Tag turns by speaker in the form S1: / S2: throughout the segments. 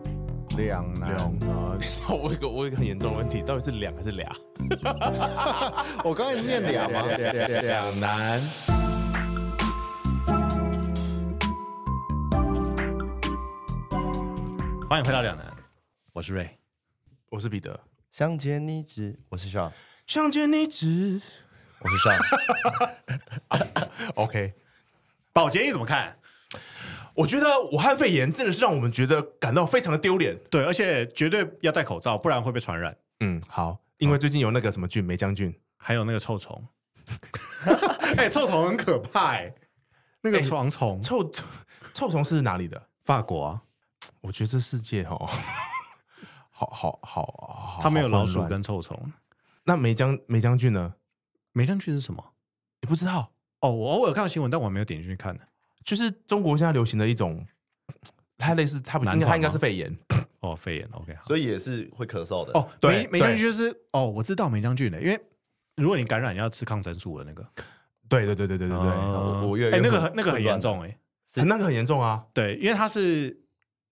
S1: 两难。
S2: 两难。等一下，嗯 我有一个我有一个很严重的问题，到底是两还是俩？
S1: 我刚才念俩吗？
S2: 两难。
S3: 欢迎回到两难，我是瑞。
S2: 我是彼得，
S4: 相见你只，我是 Sean，
S2: 相见你只啊
S4: 我是 Sean，
S2: OK。
S3: 保洁你怎么看？
S2: 我觉得武汉肺炎真的是让我们觉得感到非常的丢脸。
S3: 对，而且绝对要戴口罩，不然会被传染。
S2: 嗯，好，因为最近有那个什么菌，梅将军，
S3: 还有那个臭虫，哎、臭虫很可怕、哎，那个
S2: 哎
S3: 床虫，
S2: 臭臭虫是哪里的？
S3: 法国、啊，
S2: 我觉得这世界哦， 好好好好，
S3: 它没有
S2: 好
S3: 老
S2: 混
S3: 鼠
S2: 乱
S3: 跟臭虫。
S2: 那梅将梅将军呢？
S3: 霉菌是什么？
S2: 你不知道，
S3: 哦，我偶尔看到新闻，但我没有点进去看呢。
S2: 就是中国现在流行的一种，它类似它不应
S3: 男
S2: 该
S3: 团
S2: 它应该
S3: 吗
S2: 是肺炎，
S3: 哦，肺炎，OK，好。
S4: 所以也是会咳嗽的。
S3: 哦，
S2: 对
S3: 霉霉菌就是哦，我知道霉菌的，因为如果你感染，你要吃抗生素的那个。
S2: 对对对对对对对，
S3: 哦
S4: 我我越来
S3: 哎、
S4: 越
S3: 那个
S4: 混
S3: 很那个很严重哎、
S4: 是
S2: 很那个很严重啊，
S3: 对，因为它是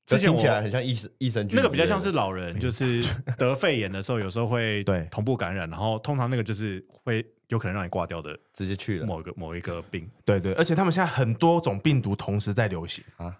S4: 这
S3: 之前
S4: 听起来
S3: 我
S4: 很像益生益生菌之类
S3: 那
S4: 的，
S3: 个比较像是老人， 就是得肺炎的时候，有时候会
S2: 对
S3: 同步感染，然后通常那个就是会有可能让你挂掉的
S4: 直接去了。
S3: 某一个某一个病。
S2: 对对，而且他们现在很多种病毒同时在流行啊
S4: 啊，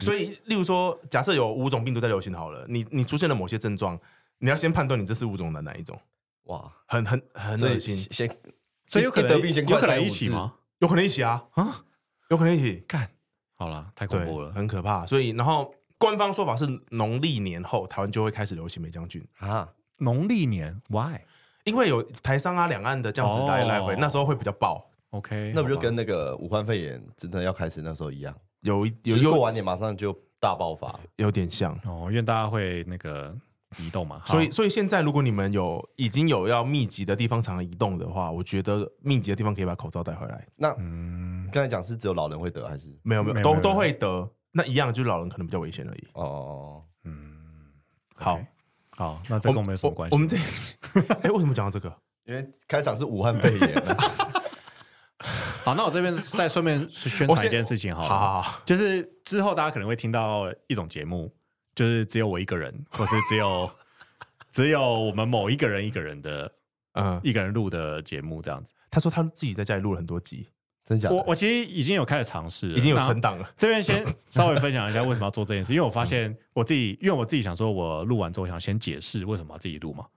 S2: 所以例如说，假设有五种病毒在流行好了，你你出现了某些症状，你要先判断你这是五种的哪一种，
S4: 哇，
S2: 很很很
S4: 所
S2: 恶
S4: 以
S2: 心，
S4: 先
S3: 所以有可能
S4: 一得病先
S3: 有
S4: 快
S3: 可能
S4: 三五
S3: 一起
S4: 次
S3: 吗？
S2: 有可能一起啊啊，有可能一起，
S3: 干，好了，太恐
S2: 对
S3: 怖，了。
S2: 很可怕。所以然后官方说法是农历年后台湾就会开始流行梅将军，
S4: 啊，
S3: 农历年，why？OK，、
S2: 因为有台商啊两岸的这样子来来回，
S3: 哦
S2: 那时候会比较爆，
S3: OK，
S4: 那不就
S3: 好吧
S4: 跟那个武汉肺炎真的要开始那时候一样，
S2: 有一有
S4: 就是过
S2: 有
S4: 完年马上就大爆
S3: 嗯
S4: 发。
S2: 有点像。
S3: 哦，因为大家会那个移动嘛，
S2: 所以，
S3: 好
S2: 所以现在如果你们有已经有要密集的地方常常移动的话，我觉得密集的地方可以把口罩带回来。
S4: 那
S3: 嗯，
S4: 刚才讲是只有老人会得，还是
S2: 没有没
S3: 没有
S2: 有，都
S3: 没有
S2: 都会得。那一样就是老人可能比较危险而已。
S4: 哦？
S2: 好，
S3: 嗯好，那这跟我们有什么关系？
S2: 我们这一集，哎，为什么讲到这个？
S4: 因为开场是武汉肺炎啊，
S3: 好，那我这边再顺便宣
S2: 我
S3: 传
S2: 先
S3: 一件事情好
S2: 好
S3: 了，
S2: 好好，
S3: 就是之后大家可能会听到一种节目，就是只有我一个人，或是只 有只有我们某一个人一个人的
S2: 嗯，
S3: 一个人录的节目这样子。
S2: 他说他自己在家里录了很多集，
S4: 真假的？
S3: 我我其实已经有开始尝试了，
S2: 已经有
S3: 那
S2: 存档了。
S3: 这边先稍微分享一下为什么要做这件事，因为我发
S4: 嗯
S3: 现我自己，因为我自己想说，我录完之后我想先解释为什么要自己录嘛。
S4: 嗯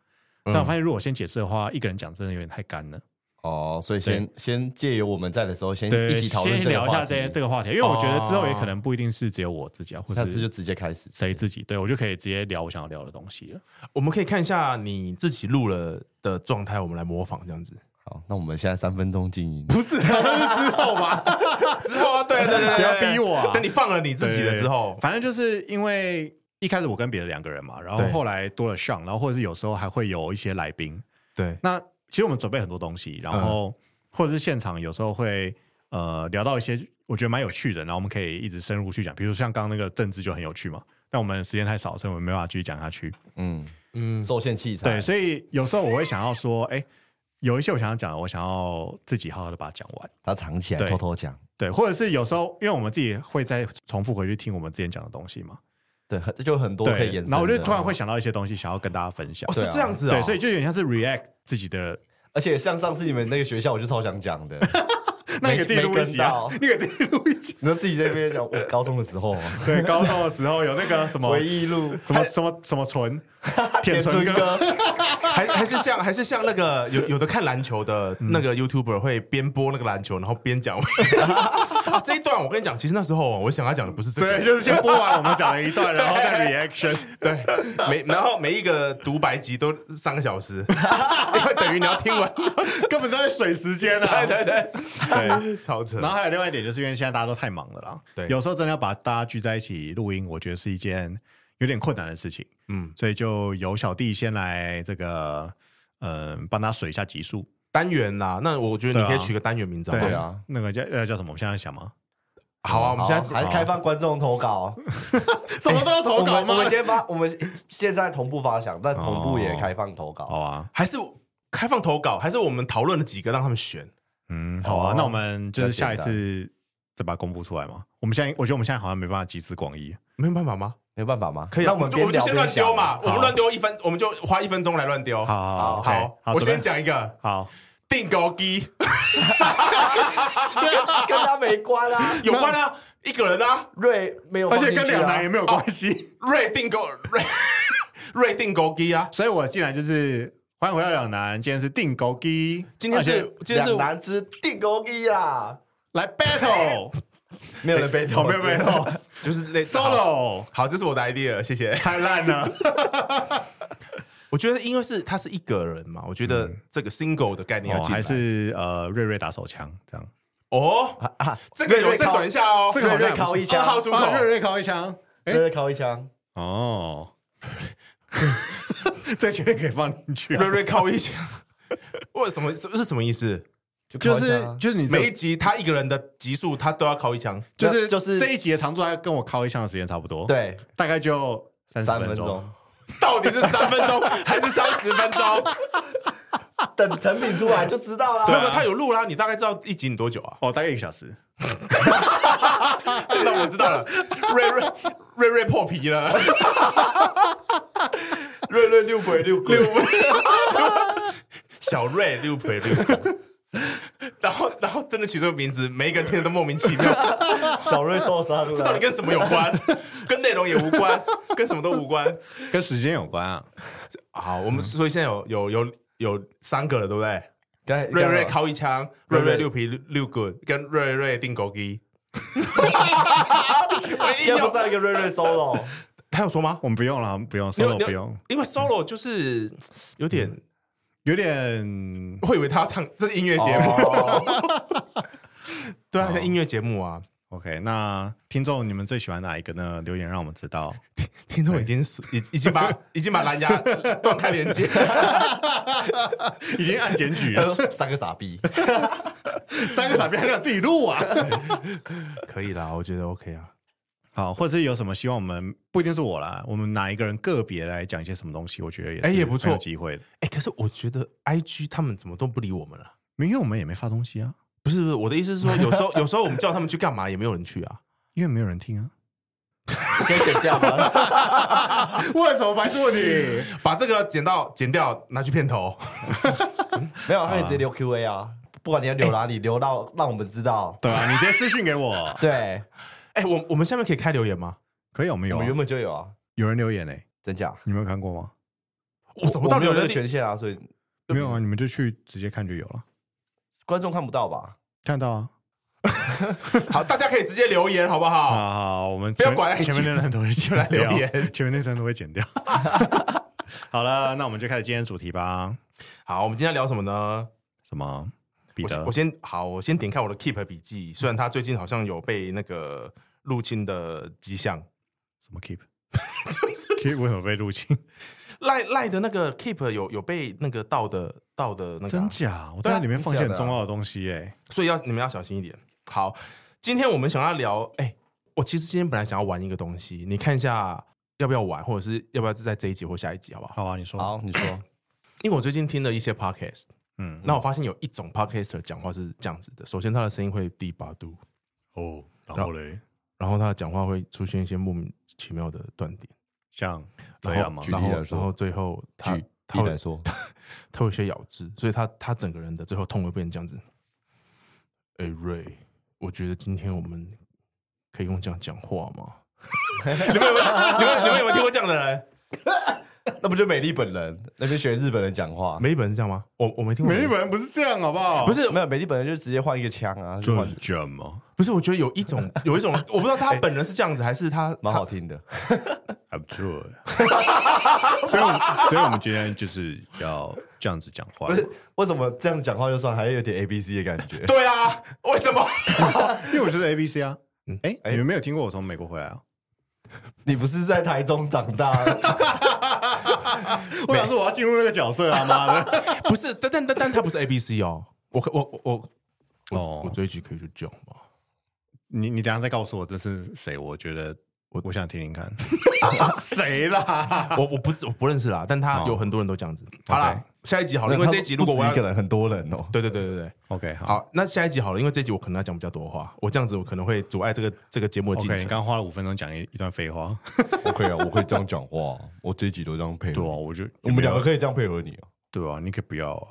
S3: 但
S2: 嗯
S3: 我发现如果我先解释的话，一个人讲真的有点太干了。
S4: 哦，所以先先借由我们在的时候，先
S3: 对，
S4: 一起讨论
S3: 先
S4: 这个
S3: 聊一
S4: 话
S3: 下
S4: 题
S3: 这，这个话题，因为我觉得之后也
S2: 哦
S3: 可能不一定是只有我自己啊，或
S4: 下次就
S3: 是
S4: 直接开始。
S3: 谁自己，对我就可以直接聊我想要聊的东西了。
S2: 我们可以看一下你自己录了的状态，我们来模仿这样子。
S4: 好，那我们现在三分钟静音。
S2: 不是，那是之后吧？之后啊，对对对，对
S3: 不要逼我啊
S2: 等你放了你自己的之后
S3: 对，反正就是因为一开始我跟别的两个人嘛，然后
S2: 对
S3: 后来多了上，然后或者是有时候还会有一些来宾。
S2: 对
S3: 那其实我们准备很多东西，然
S2: 嗯
S3: 后或者是现场有时候会呃聊到一些我觉得蛮有趣的，然后我们可以一直深入去讲，比如像刚刚那个政治就很有趣嘛。但我们时间太少，所以我们没办法继续讲下去。
S4: 嗯，
S2: 嗯，
S4: 受限器材。
S3: 对，所以有时候我会想要说，哎、有一些我想要讲的，我想要自己好好的把它讲完。
S4: 他藏起
S3: 对
S4: 来，偷偷讲。
S3: 对，或者是有时候因为我们自己会再重复回去听我们之前讲的东西嘛，
S4: 对，很就很多可以
S3: 对，
S4: 延伸的。
S3: 然后我就突然会想到一些东西，想要跟大家分享
S2: 哦，。是
S4: 对啊
S2: 这样子哦，
S3: 对，所以就有点像是 react 自己的
S4: 而且像上次你们那个学校，我就超想讲的。
S3: 那
S4: 没
S3: 你给自己录一集啊，
S4: 没跟到
S3: 你给自己录一集。
S4: 你说自己在那边讲，我高中的 时候啊
S3: 对，高中的时候有那个 什么
S4: 回忆录，
S3: 什么什么什么 纯舔唇
S4: 田
S3: 歌，
S2: 还还是像还是像那个有有的看篮球的那个 YouTuber 会边播那个篮球，然后边讲、 啊这一段。我跟你讲，其实那时候我想要讲的不是这个，
S3: 对，就是先播完我们讲了一段，然后再 reaction。
S2: 对每然后每一个独白集都三个小 时，因为等于你要听完，
S3: 根本都在水时间啊！对对对
S2: 超扯
S3: 然。后还有另外一点，就是因为现在大家都太忙了啦，
S2: 对
S3: 有时候真的要把大家聚在一起录音，我觉得是一件有点困难的事情，
S2: 嗯，
S3: 所以就由小弟先来这个，嗯、帮他水一下集数。
S2: 单元啦，那我觉得你可以
S3: 对啊
S2: 取个单元名字好不好
S4: 对啊，
S3: 那个叫呃叫什么？我们现在想吗？
S2: 好啊，我
S4: 我们
S2: 们现
S4: 现
S2: 在
S4: 哦在还是开放观众投稿，
S3: 什么都要投哦
S4: 我们我们先发，我们现在同步发想，但同步也开放投稿。
S3: 好啊，
S2: 还是开放投稿，还是我们讨论了几个让他们选？
S3: 嗯，好啊，
S4: 哦
S3: 那我们就是下
S4: 比
S3: 一
S4: 较
S3: 次再把它公布出来嘛。我们现在我觉得我们现在好像没办法集思广益，
S2: 没有办法吗？
S4: 没办法吗？
S2: 可以啊，
S4: 那我们
S2: 就我
S4: 边
S2: 们就
S4: 聊边啊
S2: 先乱丢
S4: 想
S2: 嘛，我们乱丢一分，我们就花一分钟来乱丢。
S3: 好好
S2: 好
S3: OK，，好，
S2: 我
S3: 准备
S2: 先讲一个
S3: 好，
S2: 定高机
S4: 跟他没关啊。
S2: 有关啊，一个人啊，
S4: 瑞没有
S3: 而
S4: 放进
S3: 且
S4: 去啊，
S3: 跟两男也没有关系，
S2: 瑞定高 瑞瑞定高机啊，
S3: 所以我竟然就是欢迎回到两男，今天是定勾机，
S2: 今天
S3: 而且
S2: 是今天是
S4: 两男之定勾一啦，
S3: 来 battle，哦
S4: 没有人 被
S3: 有没有 battle
S2: 就是类似好
S3: solo？哦
S2: 好，这是我的 idea，谢谢。
S3: 太烂了，
S2: 我觉得因为是他是一个人嘛，我觉得这个 single 的概念要
S3: 哦
S2: 进来
S3: 还是呃瑞瑞打手枪这样，
S2: 哦，
S4: 啊？
S2: 这个有再转一下哦，
S3: 这个好像
S4: 瑞瑞靠一
S2: 二
S4: 枪，
S2: 号出口
S3: 啊，瑞瑞敲一枪，哎
S4: 瑞瑞靠一枪，
S3: 哦，这绝对可以放进去啊，
S2: 瑞瑞靠一枪，为什么是是什么意思？
S3: 就
S4: 靠一
S3: 是
S4: 枪啊
S3: 就是你这
S2: 每一集他一个人的集数，他都要靠一枪。
S3: 就是
S4: 就
S3: 就是是这一集的长度，大概跟我敲一枪的时间差不多，，
S4: 对
S3: 大概就三十
S4: 三
S3: 分
S4: 分
S3: 钟。
S4: 钟，
S2: 到底是三分钟还是三十分 钟？
S4: 等成品出来就知道
S2: 那
S4: 啦。
S2: 么他有录啦，你大概知道一集你多久 啊？
S3: 哦，大概一个小时。
S2: 那我知 道了，瑞瑞瑞瑞破皮了，
S4: 瑞瑞六鬼六鬼，
S2: 六 小瑞六婆六婆。然后，然后真的取这个名字，每一个人听得都莫名其 妙，
S4: 小瑞受伤了，
S2: 这到底跟什么有 关？跟内容也无关，跟什么都无关。
S3: 跟时间有关啊。
S2: 好，我们所以现在有有有有三个了，对不对？
S4: 跟
S2: 瑞瑞敲一枪，瑞
S4: 瑞
S2: 瑞
S4: 瑞
S2: 六皮六六滚，跟瑞瑞定 狗机。我硬
S4: 要
S2: 要
S4: 不上一个瑞瑞哦 solo，
S2: 他有说吗？
S3: 我们不用了，不用
S2: 你有
S3: solo，不用，，
S2: 你有因为 solo 就是有点，
S3: 有点
S2: 我以为他要唱这是音乐节目，
S3: 哦
S4: 目
S2: 对啊，像音乐节目啊，
S3: OK。那听众你们最喜欢哪一个呢？留言让我们知道。
S2: 听众已经已已 经把已经把蓝牙断开连接，
S3: 已经按检举了，
S4: 三个傻逼，
S3: 三个傻逼还想自己录啊。
S2: 可以啦，我觉得 OK 啊。
S3: 好，或者是有什么希望我们不一定是我啦，我们哪一个人个别来讲一些什么东西，我觉得也是
S2: 哎也不错
S3: 很有机会的。
S2: 哎，可是我觉得 IG 他们怎么都不理我们了。啊
S3: 因为我们也没发东西啊，
S2: 不是不是，我的意 思是说，有时候有时候我们叫他们去干嘛，也没有人去啊。
S3: 因为没有人听啊。
S4: 可以剪掉吗？
S3: 问什么白痴问题？
S2: 把这个剪到剪掉，拿去片头。
S4: 没有，他可以直接留 Q A 啊，不管你要留哪
S2: 哎
S4: 里，留到让我们知道。
S3: 对啊，你直接私信给我，
S4: 对，
S2: 哎、我我们下面可以开留言吗？
S3: 可以，我们有
S4: 我
S3: 啊
S4: 们原本就有啊，
S3: 有人留言哎，
S4: 真假？
S3: 你们有看过吗？
S2: 我找不到
S4: 我没有
S2: 留
S4: 这
S2: 言
S4: 个
S2: 的
S4: 权限啊，所以
S3: 没有啊，你们就去直接看就有了，
S4: 观众看不到吧？
S3: 看到啊。
S2: 地好，大家可以直接留言，好不好？
S3: 好好，我们
S2: 不要
S3: 前
S2: 管
S3: 前面那段都会剪
S2: 来留
S3: 掉
S2: 言，
S3: 前面那段都会剪掉。好了，那我们就开始今天的主题吧。
S2: 好，我们今天要聊什么呢？
S3: 什么？彼
S2: 我先
S3: 得
S2: 我先好，我先点开我的 Keep 笔记，虽然他最近好像有被那个入侵的迹象，
S3: 什么 keep
S2: 就是
S3: keep 为什么被入侵？
S2: 赖赖的那个 Keep 有有被那个盗的盗的那个啊、
S3: 真假？我在里面放一些很重要的东西哎。
S2: 所以要你们要小心一点。好，今天我们想要聊，哎、我其实今天本来想要玩一个东西，你看一下要不要玩，或者是要不要在这一集或下一集，好不好？
S3: 好啊，你说。
S4: 好，你说
S2: 因为我最近听了一些 podcast，
S3: 嗯，
S2: 那我发现有一种 podcaster 讲话是这样子的：首先他的声音会低八度，
S3: 哦，然后嘞，
S2: 然后他的讲话会出现一些莫名其妙的断点，
S3: 像这
S2: 然
S3: 样
S2: 后
S3: 吗？
S2: 然
S4: 举
S2: 后
S4: 例来说
S2: 然后最后他
S4: 举
S2: 他
S4: 例
S2: 会
S4: 来 说，
S2: 他有些咬字，所以他他整个人的最后痛会变成这样子。哎、瑞，我觉得今天我们可以用这样讲话吗？ 你们有没有你们你们有没有听过这样的人？
S4: 那不就美丽本人那边学日本人讲话？
S2: 美利本人是这样吗？我我没听过
S3: 每一本人不是这样好不好？
S2: 不是
S4: 没有，美丽本人就直接换一个腔啊，就
S3: 这
S4: 换
S3: 什么？
S2: 不是，我觉得有一种有一种，我不知道是他本人是这样子，还是他
S4: 蛮好听的。
S3: 还不错。欸所以我们，所以我们今天就是要这样子讲话
S4: 不。是为什么这样讲话就算，还有点 A B C 的感觉？
S2: 对啊，为什么？
S3: 因为我就是 A B C 啊。
S2: 嗯
S3: 哎、你们没有听过我从美国回来啊？
S4: 你不是在台中长 大？
S3: 我想说我要进入那个角色啊，妈的！
S2: 不是，但但但但他不是 A B C 哦，我可我我我
S3: 哦
S2: 我我这一集可以就讲吧。
S3: 你你等一下再告诉我这是谁？我觉得我我想听听 看，谁啦？
S1: 哦
S2: 我我不是我不认识啦，但他有很多人都这样子。好啦，下一集好了，因为这一集如果我
S1: 不
S2: 要
S1: 止一个人，哦很多人哦。
S2: 对对对对对，
S3: OK，好
S2: 好，那下一集好了，因为这一集我可能要讲比较多话，我这样子我可能会阻碍这个这个节目的进
S3: ，OK，你
S2: 程。
S3: 刚刚花了五分钟讲一一段废话，
S5: 我可以啊，我可以这样讲话，我这一集都这样配
S3: 对啊，
S5: 合。哦
S3: 我就
S5: 我们两个可以这样配合你
S4: 哦
S5: 啊。
S3: 对啊，你可以不要啊，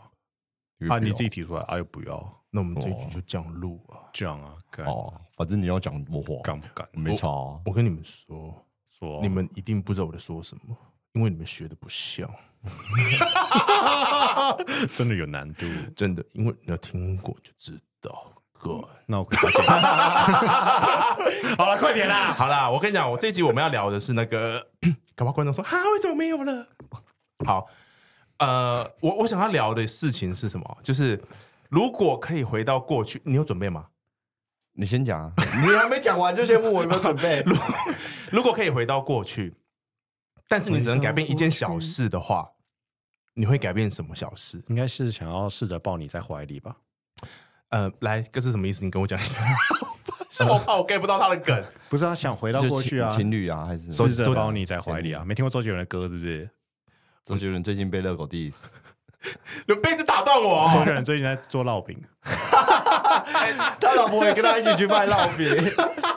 S5: 因为
S3: 啊，
S5: 不
S3: 你
S5: 要
S3: 自己提出来，啊又不要
S2: 那我们这一集就这样录啊。
S3: 这样啊，敢
S5: 哦，反正你要讲我话，
S3: 敢不敢
S5: 没差啊。
S2: 我跟你们说，
S1: 哦
S3: 说
S2: 你们一定不知道我在说什么，因为你们学的不像，
S3: 真的有难度？
S2: 真的，因为你要听过就知道。God
S3: 那我可以把这 好了，快点啦！
S2: 好啦，我跟你讲，我这一集我们要聊的是那个， 搞不好观众说哈，为什么没有了？好，呃，我我想要聊的事情是什么？就是如果可以回到过去，你有准备吗？
S5: 你先讲啊，
S4: 你还没讲完就先问我有没有准 备？
S2: 如果可以回到过去，但是你只能改变一件小事的话，你会改变什么小事？
S3: 应该是想要试着抱你在怀里吧？
S2: 呃，来，这是什么意思？你跟我讲一下。 是我怕我 get 不到他的梗。
S3: 不是啊，想回到
S5: 就
S3: 过去啊，
S5: 情情侣啊，还是
S3: 试着抱你在怀里啊。没听过周杰伦的歌，对不 对？
S5: 周杰伦最近被热狗 diss，
S2: 你们被子打断我
S3: 周
S2: 哦，
S3: 杰伦最近在做烙饼，
S4: 他老婆也跟他一起去卖烙饼，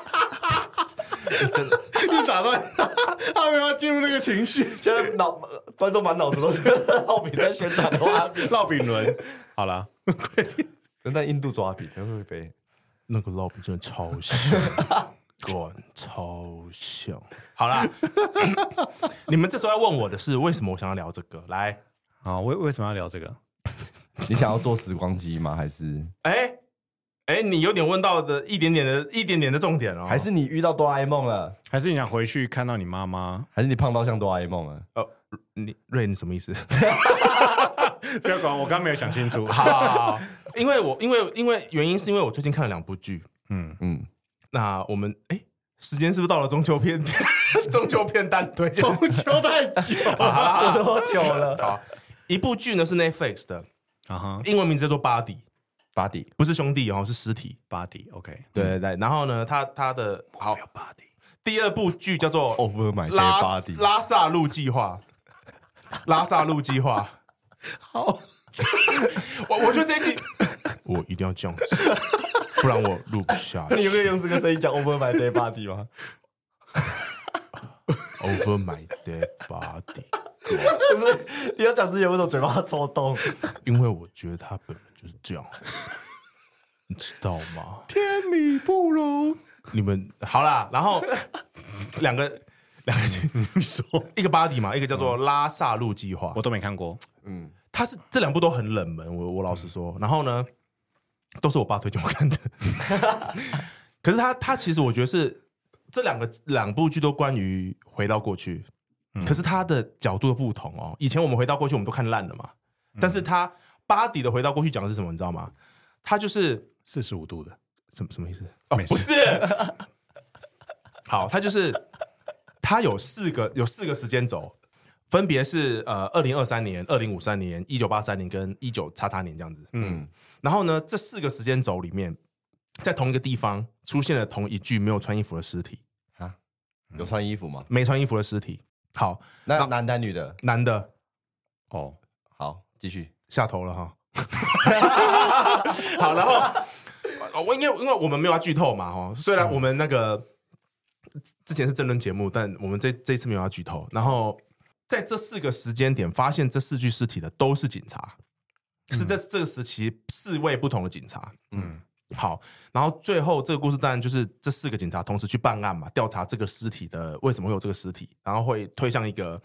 S2: 一打断，
S3: 他没有进入那个情绪。
S4: 现在脑观众满脑子都是烙饼在宣传的画饼。
S3: 烙饼轮，好了，
S4: 那印度抓饼会不会被？
S2: 那个烙饼真的超像， 管超像。好 啦，你们这时候要问我的是为什么我想要聊这个？来，
S3: 啊，为为什么要聊这个？
S5: 你想要做时光机吗？还是
S2: 哎、哎、你有点问到的一点点的一点点的重点哦，
S4: 还是你遇到哆啦 A 梦了？
S3: 还是你想回去看到你妈妈？
S5: 还是你胖到像哆啦 A 梦了？
S2: 呃，你瑞你什么意思？
S3: 不要管我，刚没有想清楚。
S2: 好好好好， 因为我因为因为原因是因为我最近看了两部剧，
S3: 嗯，
S5: 嗯，
S2: 那我们哎、时间是不是到了中秋片 中秋片单推？中秋太久 了
S4: 多久了？
S2: 好，一部剧呢是 Netflix 的，
S3: 啊哈，
S2: 英文名字叫做《巴迪》，
S5: 巴迪
S2: 不是兄弟哦，是尸体。嗯
S3: 巴迪，OK，
S2: 对对对，然后呢，他他的好
S3: 巴迪，
S2: 第二部剧叫做《
S5: ，Over my
S2: 拉
S5: dead body，
S2: 拉萨路计 划》，拉萨路计划。好， 我我觉得这一集 我一定要这样子，不然我录不下 去。
S4: 你有没有用这个声音讲 Over my dead body 吗？
S2: Over my dead body，
S4: 就是你要讲之前，为什么嘴巴抽动？
S2: 因为我觉得他本人就是这样，你知道吗？
S3: 天理不容。
S2: 你们好啦，然后两个两个剧，你说一个 body 嘛，一个叫做拉萨路计划
S3: 我，都没看过，
S2: 它是这两部都很冷门，我我老实
S3: 嗯
S2: 说，然后呢，都是我爸推荐我 看的。可是他他其实我觉得是这两个两部剧都关于回到过去，
S3: 嗯
S2: 可是他的角度的不同哦。以前我们回到过去，我们都看烂了嘛，
S3: 嗯
S2: 但是他巴迪的回到过去讲的是什么，你知道吗？他就是
S3: 四十五度的，
S2: 什么什么意思？哦
S3: 没，事
S2: 不是。好，它就是它有四个有四个时间轴，分别是呃二零二三年、二零五三年、一九八三年跟一九叉叉年这样子。
S3: 嗯，
S2: 然后呢，这四个时间轴里面，在同一个地方出现了同一具没有穿衣服的尸体，
S5: 有穿衣服吗？
S2: 没穿衣服的尸体。好，
S4: 那男男女的，
S2: 男的
S3: 哦，
S5: 好，继续。
S2: 下头了哈。 好，然后呃我因为因为我们没有要剧透嘛，哦，虽然我们那个之前是争论节目，但我们这这一次没有要剧透。然后在这四个时间点发现这四具尸体的都是警察，是这这个时期四位不同的警察。
S3: 嗯，
S2: 好，然后最后这个故事当然就是这四个警察同时去办案嘛，调查这个尸体的为什么会有这个尸体，然后会推向一个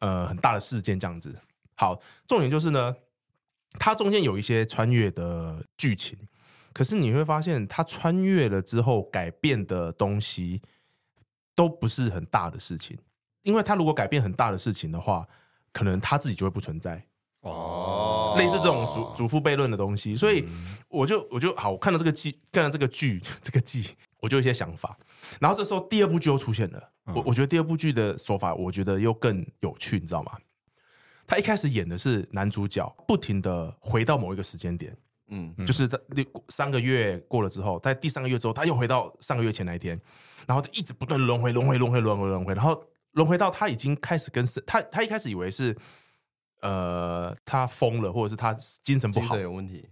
S2: 呃很大的事件这样子。好，重点就是呢，它中间有一些穿越的剧情，可是你会发现，它穿越了之后改变的东西都不是很大的事情，因为它如果改变很大的事情的话，可能他自己就会不存在。
S4: 哦
S2: 类似这种祖祖父悖论的东西，所以我就我就好，我看到这个剧，看到这个剧，这个剧，我就有一些想法。然后这时候第二部剧又出现了，
S5: 嗯
S2: 我我觉得第二部剧的手法，我觉得又更有趣，你知道吗？他一开始演的是男主角不停的回到某一个时间点，
S5: 嗯，
S2: 就是他六三个月过了之后，在第三个月之后，他又回到上个月前那一天，然后一直不断轮回、轮回、轮回、轮回、轮回，然后轮回到他已经开始跟生他他一开始以为是呃，他疯了，或者是他精神不
S5: 精
S2: 好
S5: 神，有问题，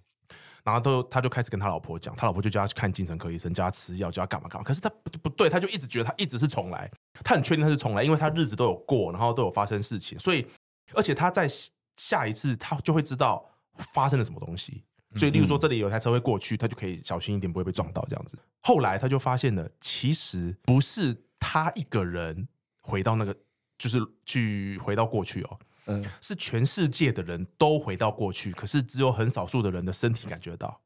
S2: 然后都他就开始跟他老婆讲，他老婆就叫他去看精神科医生，叫他吃药，叫他干嘛干嘛。可是他不不对，他就一直觉得他一直是重来，他很确定他是重来，因为他日子都有过，然后都有发生事情，所以而且他在下下一次他就会知道发生了什么东西。所以，例如说这里有台车会过去，他就可以小心一点，不会被撞到这样子。后来他就发现了，其实不是他一个人回到那个，就是去回到过去哦，
S5: 嗯，
S2: 是全世界的人都回到过去，可是只有很少数的人的身体感觉到，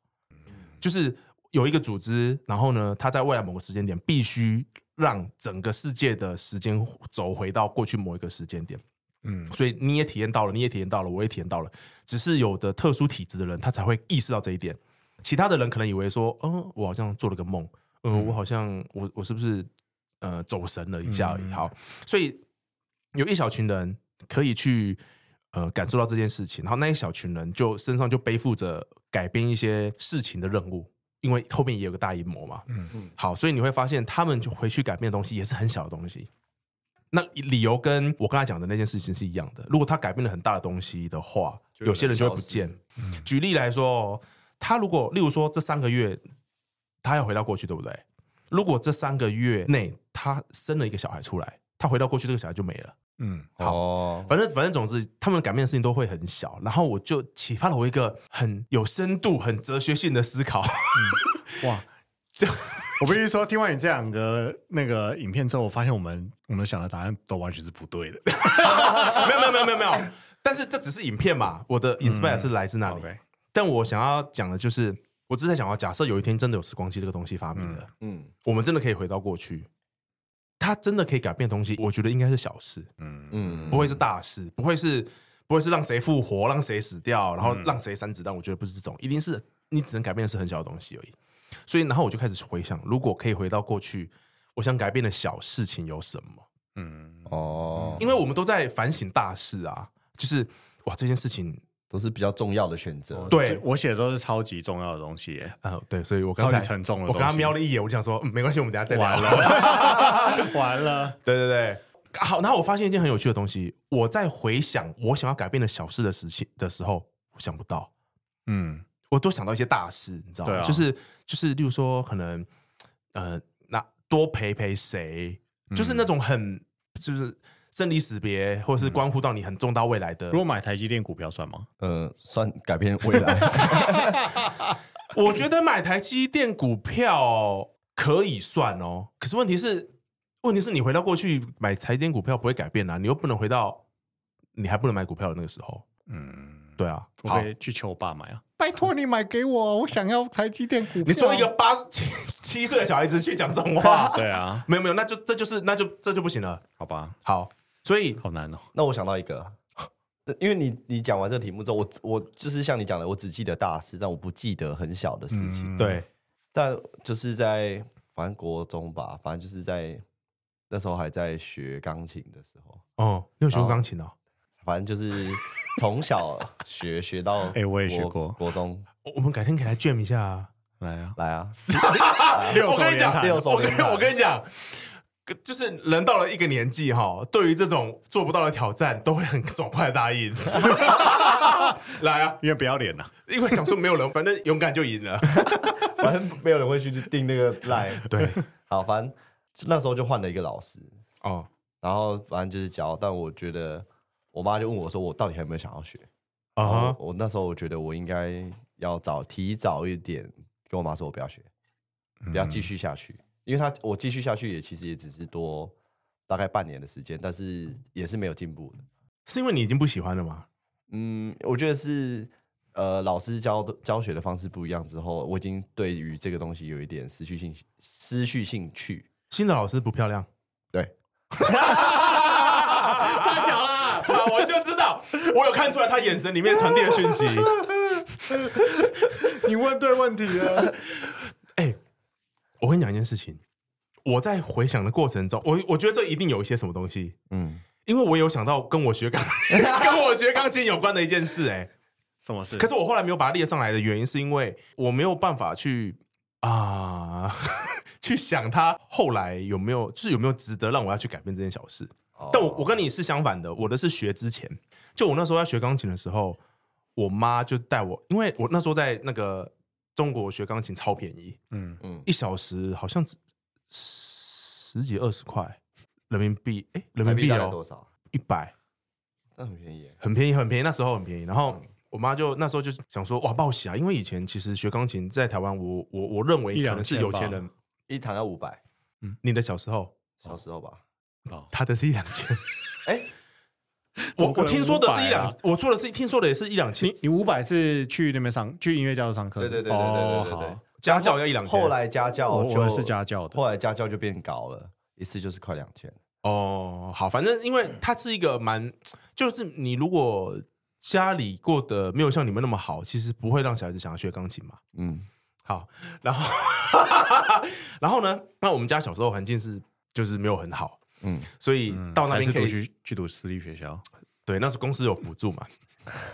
S2: 就是有一个组织，然后呢，它在未来某个时间点必须让整个世界的时间轴回到过去某一个时间点，
S3: 嗯
S2: 所以你也体验到了，你也体验到了，我也体验到了，只是有的特殊体质的人，他才会意识到这一点，其他的人可能以为说，嗯，我好像做了个梦，嗯、我好像我我是不是呃走神了一下而已？
S3: 嗯
S2: 好，所以有一小群人可以去呃感受到这件事情，然后那一小群人就身上就背负着改变一些事情的任务，因为后面也有个大阴谋嘛。
S3: 嗯
S2: 嗯，好，所以你会发现他们就回去改变的东西也是很小的东西。那理由跟我刚才讲的那件事情是一样的。如果他改变了很大的东西的话，
S5: 就有
S2: 有些人就会不
S5: 人消失嗯
S2: 见。举例来说哦，他如果例如说这三个月他要回到过去，对不对？如果这三个月内他生了一个小孩出来，他回到过去，这个小孩就没了。
S3: 嗯，
S2: 好
S5: 好，
S2: 反正反正，总之，他们改变的事情都会很小。然后我就启发了我一个很有深度、很哲学性的思考。
S3: 哇， 这我必须说，听完你这两个那个影片之后，我发现我们我们想的答案都完全是不对 的。
S2: 没有没有没有没有没有，但是这只是影片嘛，我的 inspire 是来自那里。
S3: 嗯 OK，
S2: 但我想要讲的就是，我只是在想要，假设有一天真的有时光机这个东西发明了，
S5: 嗯
S2: 我们真的可以回到过去，它真的可以改变东西，我觉得应该是小事。
S3: 嗯
S5: 嗯，
S2: 不会是大事，不会是不会是让谁复活，让谁死掉，然后
S3: 嗯
S2: 让谁三子弹。我觉得不是这种，一定是你只能改变的是很小的东西而已。所以，然后我就开始回想，如果可以回到过去，我想改变的小事情有什么？
S3: 嗯，
S5: 哦，
S2: 因为我们都在反省大事啊，就是哇，这件事情，
S5: 都是比较重要的选择，
S2: 对，
S3: 哦我写的都是超级重要的东西耶，
S2: 呃，对，所以我刚
S3: 超级
S2: 才
S3: 沉重的
S2: 我
S3: 东西。
S2: 跟他瞄了一眼，我就想说，嗯，没关系，我们等一下再聊
S3: 完。了， 完了，
S2: 对对对，好，然后我发现一件很有趣的东西，我在回想我想要改变的小事的事情的时候，我想不到。
S3: 嗯
S2: 我都想到一些大事，你知道吗？
S3: 对啊
S2: 就是就是，例如说，可能呃，那多陪陪谁，就是
S3: 嗯
S2: 那种很就是生离死别，或者是关乎到你很重大未来的。
S3: 如果买台积电股票算吗？
S5: 嗯，算改变未来，
S2: 我觉得买台积电股票可以算哦，可是问题是，问题是你回到过去买台积电股票不会改变啊，你又不能回到你还不能买股票的那个时候，
S3: 嗯，
S2: 对啊。
S3: 我
S2: 好
S3: 可，以去求我爸买啊。 拜托你买给我，我想要台积电股票，
S2: 你说一个八七七岁的小孩子去讲这种话
S3: 对啊，
S2: 没有没有，那就这就是那就这就不行了。
S3: 好吧，
S2: 好，所以
S3: 好难哦。
S4: 那我想到一个，
S5: 因为你你讲完这个题目之后，我我就是像你讲的，我只记得大事，但我不记得很小的事情。
S3: 嗯，
S2: 对，
S5: 但就是在反正国中吧，反正就是在那时候还在学钢琴的时候，
S2: 哦，你有学过钢琴哦？
S5: 反正就是从小学学到，
S3: 哎我也学
S5: 国
S3: 过
S5: 国中
S2: 我我们改天给他 jam 一下啊！
S3: 来啊，
S5: 来 啊，
S3: 六
S2: 我
S3: 手
S2: 跟你
S3: 连
S2: 讲，
S3: 弹，
S5: 六手
S2: 我
S5: 连
S2: 跟
S5: 弹
S2: 我跟你讲，就是人到了一个年纪哈，对于这种做不到的挑战，都会很爽快地答应。 来啊，
S3: 因为不要脸呐。
S2: 因为想说没有人，反正勇敢就赢了。
S5: 反正没有人会去订那个 line。
S2: 对，
S5: 好，反正就那时候就换了一个老师，
S2: 哦，
S5: 然后反正就是教，但我觉得我妈就问我说，我到底还有没有想要学？
S2: 啊
S5: 然后
S2: 哈，
S5: 我我那时候我觉得我应该要早提早一点跟我妈说，我不要学，不要继续下去，
S2: 嗯
S5: 因为她我继续下去也其实也只是多大概半年的时间，但是也是没有进步的。
S2: 是因为你已经不喜欢了吗？
S5: 嗯，我觉得是呃老师教的教学的方式不一样之后，我已经对于这个东西有一点失去兴失去兴趣。
S2: 新的老师不漂亮，
S5: 对，
S2: 太小啦！啊我就知道，我有看出来他眼神里面传递的讯息。
S3: 你问对问题了。
S2: 哎我跟你讲一件事情，我在回想的过程中，我我觉得这一定有一些什么东西，
S5: 嗯，
S2: 因为我有想到跟我学 钢跟我学钢琴有关的一件事、哎，
S3: 什么事？
S2: 可是我后来没有把它列上来的原因，是因为我没有办法去啊、 去想它后来有没
S5: 哦
S2: 有，就是有没有值得让我要去改变这件小事。但我我跟你是相反的，我的是学之前，就我那时候在学钢琴的时候，我妈就带我，因为我那时候在那个中国学钢琴超便宜，
S3: 嗯，
S2: 一小时好像只十几二十块人民币，哎、人
S5: 台
S2: 民
S5: 币
S2: 币
S5: 大概多
S2: 哦，
S5: 少？
S2: 一百，
S5: 那很便宜耶，
S2: 很便宜，很便宜，那时候很便宜。然后
S3: 嗯
S2: 我妈就那时候就想说，哇，报喜啊！因为以前其实学钢琴在台湾我，我我认为
S3: 一
S2: 可
S3: 两
S2: 能是
S3: 千
S2: 有
S3: 吧
S2: 钱人。
S5: 一堂要五百，
S2: 你的小时候，
S5: 小时候吧。
S3: 哦，
S2: 他的是一两千，
S5: 哎，
S2: 我
S3: 怎么可
S2: 我
S3: 能
S2: 听说的是一
S3: 500啊
S2: 两，我做的是听说的也是一两千
S3: 你，你五百是去那边上去音乐教室上课的？
S5: 对对对对
S3: 哦
S5: 对对对对
S3: 好。
S2: 家教要一两千。
S5: 后来家教
S3: 我
S5: 就
S3: 我是家教的
S5: 后来家教就变高了，一次就是快两千。
S2: 哦，好，反正因为它是一个蛮，就是你如果家里过得没有像你们那么好，其实不会让小孩子想要学钢琴嘛。
S5: 嗯，
S2: 好，然后 然后呢，那我们家小时候环境是就是没有很好，
S5: 嗯
S2: 嗯，所以到那
S3: 还
S2: 边
S3: 是
S2: 可
S3: 读
S2: 以
S3: 去去读私立学校，
S2: 对，那时候公司有补助嘛，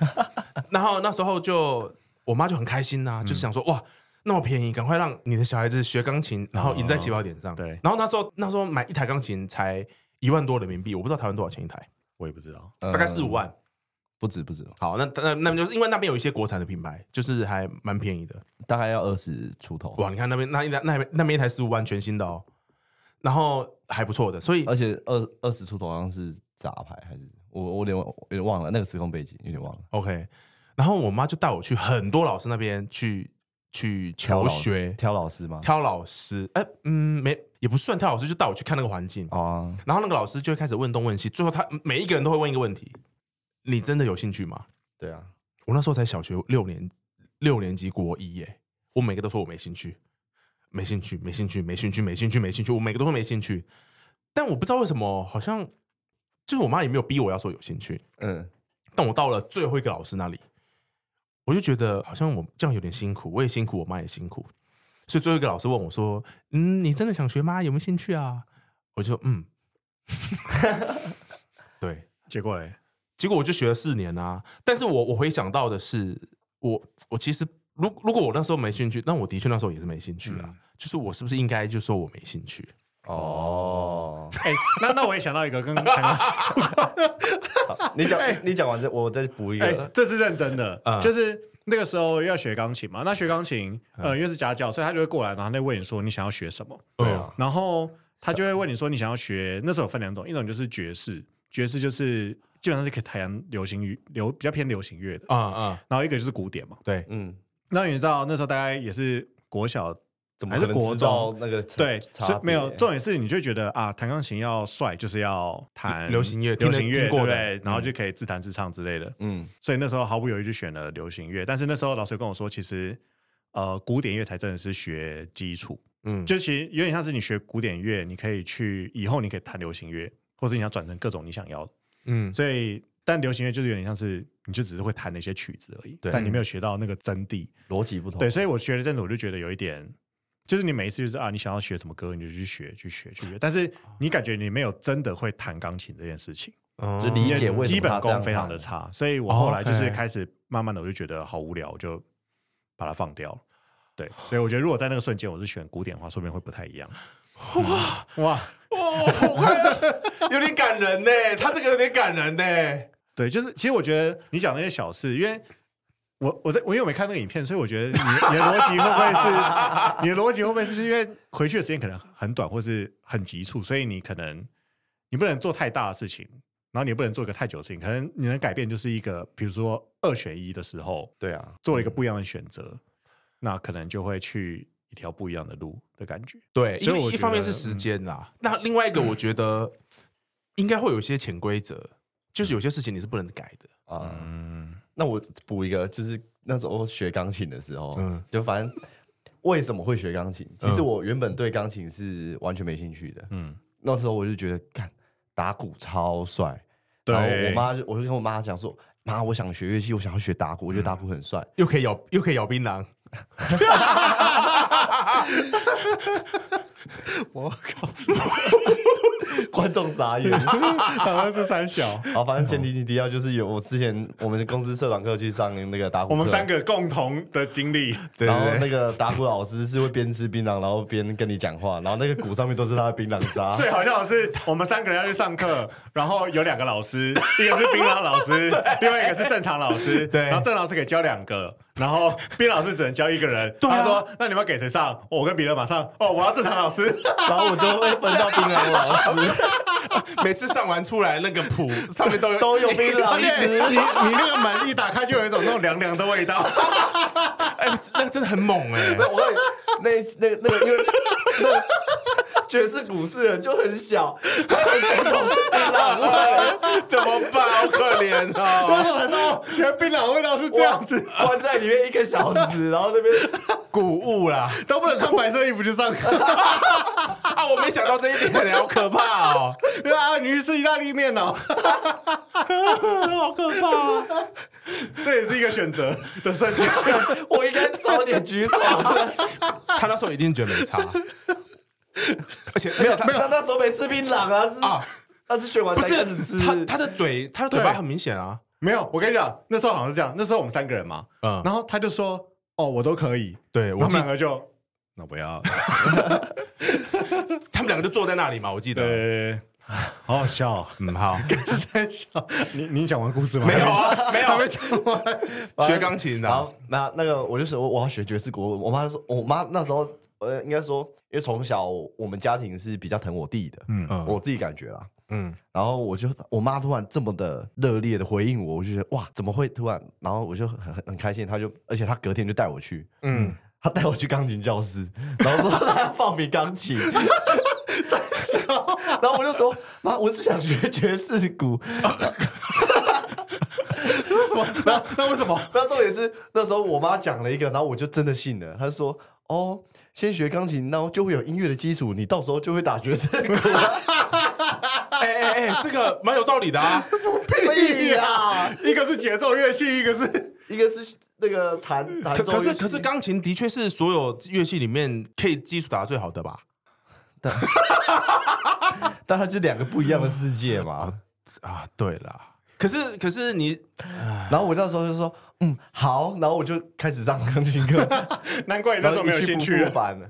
S2: 然后那时候就我妈就很开心呐、就是想说、哇。那么便宜，赶快让你的小孩子学钢琴，然后赢在起跑点
S5: 哦
S2: 上。
S3: 对
S2: 然后那时候那时候买一台钢琴才一万多人民币，我不知道台湾多少钱一台，
S3: 我也不知道。
S5: 嗯
S2: 大概四五万。
S5: 不止不止，
S3: 哦
S2: 好，那那那就是因为那边有一些国产的品牌，就是还蛮便宜的。
S5: 大概要二十出头，
S2: 哇，你看那边那一台那边那边一台十五万全新的哦，然后还不错的，所以
S5: 而且二二十出头好像是杂牌还是我我有点忘有点忘了那个时空背景，有点忘了。
S2: OK。然后我妈就带我去很多老师那边去去
S5: 挑
S2: 求
S5: 老
S2: 学，
S5: 挑老师吗？
S2: 挑老师，哎、嗯，没也不算挑老师，就带我去看那个环境。
S5: 哦 啊，
S2: 然后那个老师就会开始问东问西，最后他每一个人都会问一个问题：你真的有兴趣吗？
S5: 对啊，
S2: 我那时候才小学六年六年级国一耶，我每个都说我没兴趣，没兴趣，没兴趣，没兴趣，没兴趣，没兴趣，我每个都说没兴趣。但我不知道为什么，好像就是我妈也没有逼我要说有兴趣。
S5: 嗯，
S2: 但我到了最后一个老师那里，我就觉得好像我这样有点辛苦，我也辛苦，我妈也辛苦。所以最后一个老师问我说：“嗯，你真的想学吗？有没有兴趣啊？”我就说：“嗯。”对，
S3: 结果嘞，
S2: 结果我就学了四年啊。但是我我回想到的是，我我其实如如果我那时候没兴趣，那我的确那时候也是没兴趣啊。就是我是不是应该就说我没兴趣？
S5: 哦，
S3: 哎，那那我也想到一个跟台湾
S5: 你讲你讲完这，我再补 一
S3: 哎、
S5: 个。
S3: 这是认真的，
S2: 嗯
S3: 就是那个时候要学钢琴嘛。那学钢琴，
S5: 嗯
S3: 呃，因为是家教，所以他就会过来，然后他就问你说你想要学什么，
S2: 对啊，
S3: 然后他就会问你说你想要学。那时候有分两种，一种就是爵士，爵士就是基本上是可以台湾流行乐，流比较偏流行乐的，
S2: 啊啊、
S3: 然后一个就是古典嘛。
S2: 对，
S5: 嗯，
S3: 那你知道那时候大概也是国小。
S5: 怎么
S3: 还是
S5: 可能
S3: 国
S5: 知道
S3: 中？
S5: 那个
S3: 对，
S5: 差
S3: 所以没有
S5: 别
S3: 重点是，你就觉得啊，弹钢琴要帅，就是要弹
S2: 流行乐
S3: 啊流行
S2: 听得
S3: 乐
S2: 听过
S3: 对不
S2: 的嗯
S3: 对？然后就可以自弹自唱之类的。
S5: 嗯
S3: 所以那时候毫不犹豫就选了流行乐。但是那时候老师有跟我说，其实呃，古典乐才真的是学基础，
S2: 嗯，
S3: 就其实有点像是你学古典乐，你可以去以后你可以弹流行乐，或者你要转成各种你想要的。
S2: 嗯
S3: 所以，但流行乐就是有点像是你就只是会弹那些曲子而已，
S5: 对
S3: 但你没有学到那个真谛。
S5: 逻辑不同。
S3: 对，所以我学了一阵子，我就觉得有一点。就是你每一次就是啊，你想要学什么歌，你就去学，去学，去学。但是你感觉你没有真的会弹钢琴这件事情，
S2: 哦
S5: 就理
S3: 因
S5: 解
S3: 为
S5: 为什么
S3: 基本
S5: 他这样哦
S3: 功非常
S5: 看
S3: 的差，所以我后来就是
S2: OK
S3: 开始慢慢的我就觉得好无聊，我就把它放掉了。对，所以我觉得如果在那个瞬间我是选古典的话，说不定会不太一样。嗯哇哇，
S2: 哦，好快乐 有点感人呢，他这个有点感人呢。
S3: 对，就是其实我觉得你讲那些小事，因为我我在我因为我没看那个影片，所以我觉得你你的逻辑会不会是你的逻辑会不会是就是因为回去的时间可能很短或是很急促，所以你可能你不能做太大的事情，然后你也不能做一个太久的事情，可能你能改变就是一个比如说二选一的时候，
S5: 对啊，
S3: 做了一个不一样的选择，那可能就会去一条不一样的路的感觉。
S2: 对，因
S3: 所以
S2: 为
S3: 我
S2: 一
S3: 觉
S2: 方面
S3: 得
S2: 是时间啦，那另外一个我觉得应该会有一些潜规则，就是有些事情你是不能改的。
S5: 啊，
S3: 嗯，
S5: 那我补一个，就是那时候学钢琴的时候，
S2: 嗯
S5: 嗯，就反正为什么会学钢琴？其实我原本对钢琴是完全没兴趣的，
S3: 嗯
S5: 嗯，那时候我就觉得，干打鼓超帅，
S3: 对
S5: 然后我妈就，我就跟我妈讲说，妈，我想学乐器，我想要学打鼓，我觉得打鼓很帅。
S2: 又可以咬又可以咬槟榔，
S5: 观众
S4: 傻眼。
S3: 好像是三 小，
S5: 好，反正前提你提到就是有我之前我们公司社团课去上那个打鼓，
S3: 我们三，个共同的经历，
S2: 对
S5: 然后
S2: 对
S5: 那
S2: 对，
S5: 个打鼓老师是会边吃槟榔然后边跟你讲话，然后那个鼓上面都是他的槟榔渣，
S3: 最好笑的是我们三个人要去上课，然后有两个老师， 一个是槟榔老师，另外一个是正常老师，
S2: 对
S3: 然后正老师可以教两个。然后槟榔老师只能教一个人，他说：“那你们要给谁上？哦我跟彼得马上哦，我要正常老师。
S5: 然后我就会分到槟榔老师，
S2: 每次上完出来那个谱上面都有
S5: 都有槟榔
S3: 而且
S5: 汁。
S3: 你你那个门一打开，就有一种那种凉凉的味道。
S2: 哎，那个真的很猛哎，
S5: 我跟你那那那个因为那个爵士股市人就很小，他很传统是槟榔味，
S2: 怎么办？好可怜
S3: 我
S2: 哦，
S3: 怎么知道原来槟榔的味道是这样子？
S5: 关在里面一个小时，然后那边
S2: 谷物啦
S3: 都不能穿白色衣服去上课。
S2: 啊！我没想到这一点，好可怕哦。
S3: 对啊，你去吃意大利面哦，
S6: 好可怕、哦！
S3: 这也是一个选择的瞬间。
S5: 我应该早点举手。啊
S2: 他那时候一定觉得没差，而且而且他
S5: 他那时候没吃槟榔啊，是
S2: 啊，
S5: 他是学完
S2: 不
S5: 才开始
S2: 是。
S5: 吃
S2: 他他的嘴，他的嘴巴很明显啊，
S3: 没有，我跟你讲，那时候好像是这样，那时候我们三个人嘛，
S2: 嗯
S3: 然后他就说：“哦，我都可以。”
S2: 对
S3: 然
S2: 我
S3: 后我
S2: 记
S3: 们两个就那不 要，
S2: 他们两个就坐在那里嘛，我记得，
S3: 对，好好笑 哦，
S2: 嗯，好，
S3: 在笑。你你讲完故事吗？
S2: 没有啊，没
S3: 还没
S2: 有
S3: 讲完。
S2: 学钢琴
S5: 然
S2: 的
S5: 后，那那个我就说我我要学爵士鼓，我妈说，我妈那时候呃，应该说，因为从小我们家庭是比较疼我弟的，
S3: 嗯
S2: 嗯
S5: 我自己感觉啦。
S2: 嗯，
S5: 然后我就我妈突然这么的热烈的回应我，我就觉得哇，怎么会突然？然后我就很很很开心，她就而且她隔天就带我去，
S2: 嗯，
S5: 她带我去钢琴教室，然后说她要放平钢琴。 然后我就说：“妈，我是想学爵士鼓。
S3: 为什么？那那为什么？”
S5: 那重点是那时候我妈讲了一个，然后我就真的信了。她说：“哦，先学钢琴，然后就会有音乐的基础，你到时候就会打爵士鼓。
S2: 哎哎哎，这个蛮有道理的啊，”
S5: 屁呀！
S3: 一个是节奏乐啊器，一个是
S5: 一个是那个弹 弹
S2: 可
S5: 奏
S2: 可是
S5: 乐器
S2: 可是钢琴的确是所有乐器里面可以基础打得最好的吧？
S5: 但它就两个不一样的世界嘛。
S2: 啊，对啦，可是可是你
S5: 然后我那时候就说，嗯，好，然后我就开始上钢琴课，
S3: 难怪你 那
S5: 然
S3: 时
S5: 后
S3: 候
S5: 一
S3: 没有
S5: 去
S3: 兴
S5: 不
S3: 趣了
S5: 复。返了。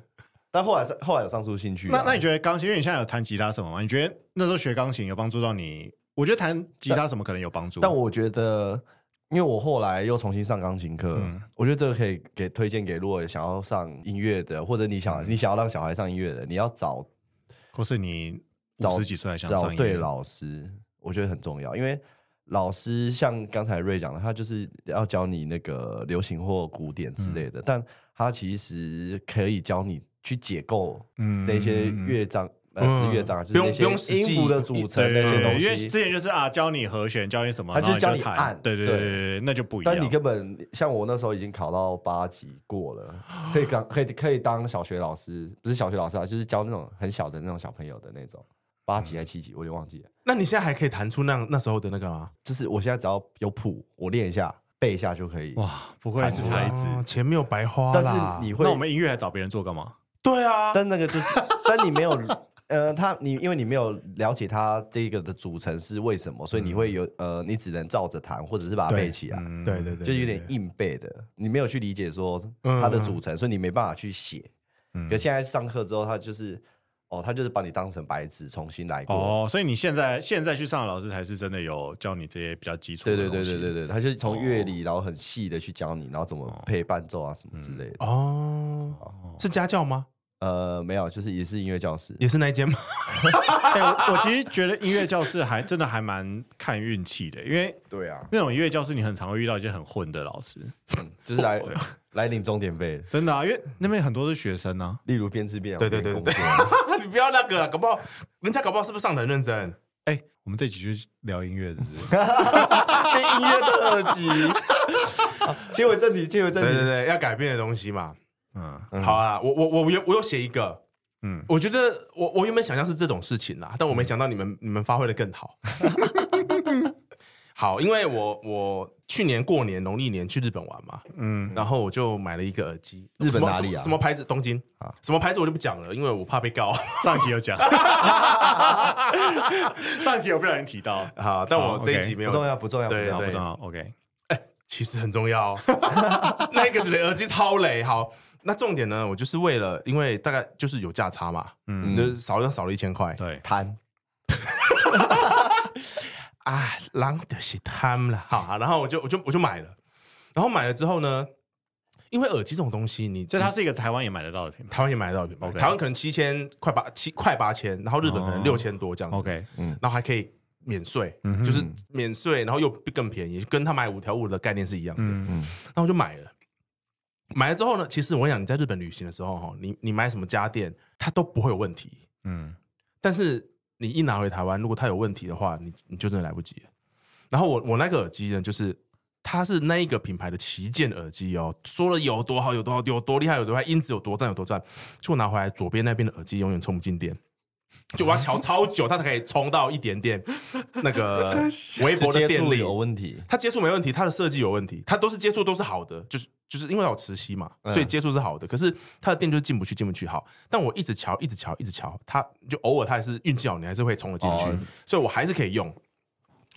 S5: 但后来是后来有上出兴趣啊、
S3: 那那你觉得钢琴？因为你现在有弹吉他什么吗？你觉得那时候学钢琴有帮助到你？我觉得弹吉他什么可能有帮助，
S5: 但我觉得，因为我后来又重新上钢琴课，
S3: 嗯
S5: 我觉得这个可以给推荐给如果想要上音乐的，或者你想、你想要让小孩上音乐的，你要找
S3: 或是你
S5: 找
S3: 五十几岁还想
S5: 找
S3: 上
S5: 对
S3: 音乐，
S5: 老师，我觉得很重要，因为。老师像刚才瑞讲的，他就是要教你那个流行或古典之
S3: 嗯
S5: 类的，但他其实可以教你去解构
S3: 嗯
S5: 那些乐章，呃，
S2: 嗯
S5: 不是乐章啊，
S2: 不
S5: 就是
S2: 用
S5: 那
S2: 不用
S5: 些
S2: 死
S5: 音
S2: 记
S5: 符的组成
S3: 对对
S5: 那些
S3: 对，因为
S5: 东西。
S3: 之前就是啊，教你和弦，教你什么，
S5: 他
S3: 然后
S5: 就是教
S3: 你
S5: 你
S3: 弹
S5: 按
S3: 对对对
S5: 对
S3: 对，那就不一样。
S5: 但你根本像我那时候已经考到八级过了，可以当可以可以当小学老师，不是小学老师啊，就是教那种很小的那种小朋友的那种，八
S3: 嗯
S5: 级还七级，我有点忘记了。
S2: 那你现在还可以弹出那那时候的那个吗？
S5: 就是我现在只要有谱，我练一下背一下就可以。
S3: 哇，不愧是才子。
S2: 哦钱没有白花
S5: 但
S2: 啦。
S5: 是你会
S3: 那我，们音乐还找别人做干嘛？
S2: 对啊，
S5: 但那个就是，但你没有。呃，他你因为你没有了解它这个的组成是为什么，所以你会有呃，你只能照着弹，或者是把它
S2: 对
S5: 背起来。
S3: 嗯
S2: 对对对，
S5: 就有点
S2: 对
S5: 硬背的，你没有去理解说它的组成，所以你没办法去写。
S3: 嗯
S5: 可现在上课之后，他就是哦，他就是把你当成白纸，重新来过。
S3: 哦，所以你现在现在去上的老师才是真的有教你这些比较基础
S5: 对
S3: 的
S5: 对
S3: 东
S5: 对
S3: 西。哦
S5: 对 对对，他就是从乐理，然后很细的去教你，然后怎么配伴奏啊什么之
S3: 嗯
S5: 类的。
S2: 哦，是家教吗？
S5: 呃，没有，就是也是音乐教室。
S2: 也是那一间吗？
S3: 哎我我其实觉得音乐教室还真的还蛮看运气的，因为
S5: 对啊，
S3: 那种音乐教室你很常会遇到一些很混的老师，
S5: 嗯就是来来领钟点费的，
S3: 真的啊，因为那边很多是学生啊。
S5: 例如编织变
S2: 对对对对 你不要那个，搞不好人家搞不好是不是上的很认真？
S3: 哎，我们这几句聊音乐是不 是？
S5: 这音乐特辑。好 切回正题，切回正
S2: 对对
S5: 题。
S2: 对，要改变的东西嘛。
S3: 嗯
S2: 好啊，我我我我有我有写一个，
S3: 嗯，
S2: 我觉得我我原本想象是这种事情啦，但我没想到你们你们发挥的更好。 好，因为我我去年过年农历年去日本玩嘛，
S3: 嗯，
S2: 然后我就买了一个耳机，
S5: 日本
S2: 什么
S5: 哪里啊
S2: 什么什么牌子？东京什么牌子我就不讲了，因为我怕被告。
S3: 上集有讲，上集有不小心提到，
S2: 好，但
S3: 好
S2: 我这一
S3: OK
S2: 集没
S5: 不
S2: 有。
S5: 重要，不重要，不重
S2: 对
S5: 要
S3: 不
S2: 对
S3: 重要，OK，
S2: 其实很重要、 哦，那个耳机超累。好，那重点呢，我就是为了，因为大概就是有价差嘛，嗯，
S3: 嗯
S2: 就是少了少了一千块
S3: 对，
S5: 贪
S2: 啊，狼的是他们了。好，然后我就我就我就买了，然后买了之后呢，因为耳机这种东西，你
S3: 所以它
S2: 它
S3: 是一个台湾也买得到的品牌
S2: 台湾也买得到品牌，
S3: OK 哦
S2: 台湾可能七千快八七快八千，然后日本可能六千多这样子
S3: ，OK，
S2: 然后还可以免税，
S3: 嗯哼
S2: 就是免税，然后又更便宜，跟他买五条悟的概念是一样的。
S3: 嗯嗯
S2: 那我就买了。买了之后呢，其实我想你在日本旅行的时候，哈，你你买什么家电，它都不会有问题。
S3: 嗯，
S2: 但是你一拿回台湾，如果它有问题的话，你你就真的来不及了。然后我我那个耳机呢，就是它是那一个品牌的旗舰耳机哦，说了有多好有多好有多厉害有多厉害，音质有多赞有多赞，就我拿回来左边那边的耳机永远充不进电。就我要调超久，它才可以充到一点点那 个微
S5: 直
S2: 博的
S5: 接
S2: 电
S5: 触
S2: 力。
S5: 有问题，
S2: 它接触没问题，它的设计有问题，它都是接触都是好的，就是就是因为它有磁吸嘛，所以接触是好的。可是它的电就是进不去，进不去好。但我一直瞧，一直瞧，一直瞧，它就偶尔它还是运气好，你还是会充了进去，
S5: 哦
S2: 所以我还是可以用。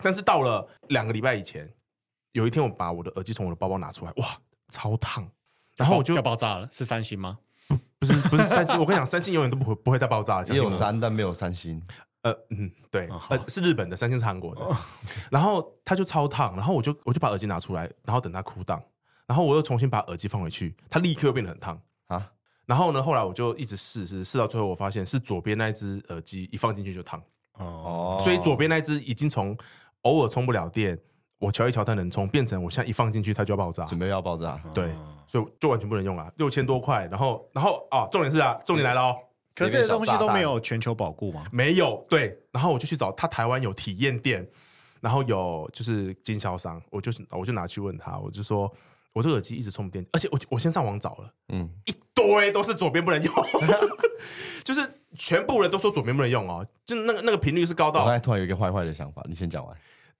S2: 但是到了两个礼拜以前，有一天我把我的耳机从我的包包拿出来，哇，超烫！然后我就
S3: 要爆炸了，是三星吗？
S2: 不是不是三星，我跟你讲，三星永远都不会不会再爆炸，
S5: 也
S2: 相
S5: 有
S2: 信我
S5: 三但没有三星，
S2: 呃，嗯，对，
S3: 啊好哦
S2: 呃，是日本的，三星是韩国 的，然后它就超烫，然后我就我就把耳机拿出来，然后等它哭档，然后我又重新把耳机放回去，它立刻又变得很烫
S5: 啊。
S2: 然后呢，后来我就一直试试试到最后，我发现是左边那一只耳机一放进去就烫，
S3: 哦，
S2: 所以左边那一只已经从偶尔充不了电，我瞧一瞧它能充，变成我现在一放进去它就要爆炸，
S5: 准备要爆炸，
S2: 对，所以就完全不能用了，六千多块，然后然后啊，重点是啊，重点来了哦。
S3: 可是这些东西都没有全球保固吗？
S2: 没有，对。然后我就去找他台湾有体验店，然后有就是经销商，我就是我就拿去问他，我就说我这个耳机一直充不电，而且我我先上网找了
S5: 嗯，
S2: 一堆都是左边不能用， 就是全部人都说左边不能用哦，就那个那个频率是高
S5: 我刚
S2: 到
S5: 才突然有一个坏坏的想法，你先讲完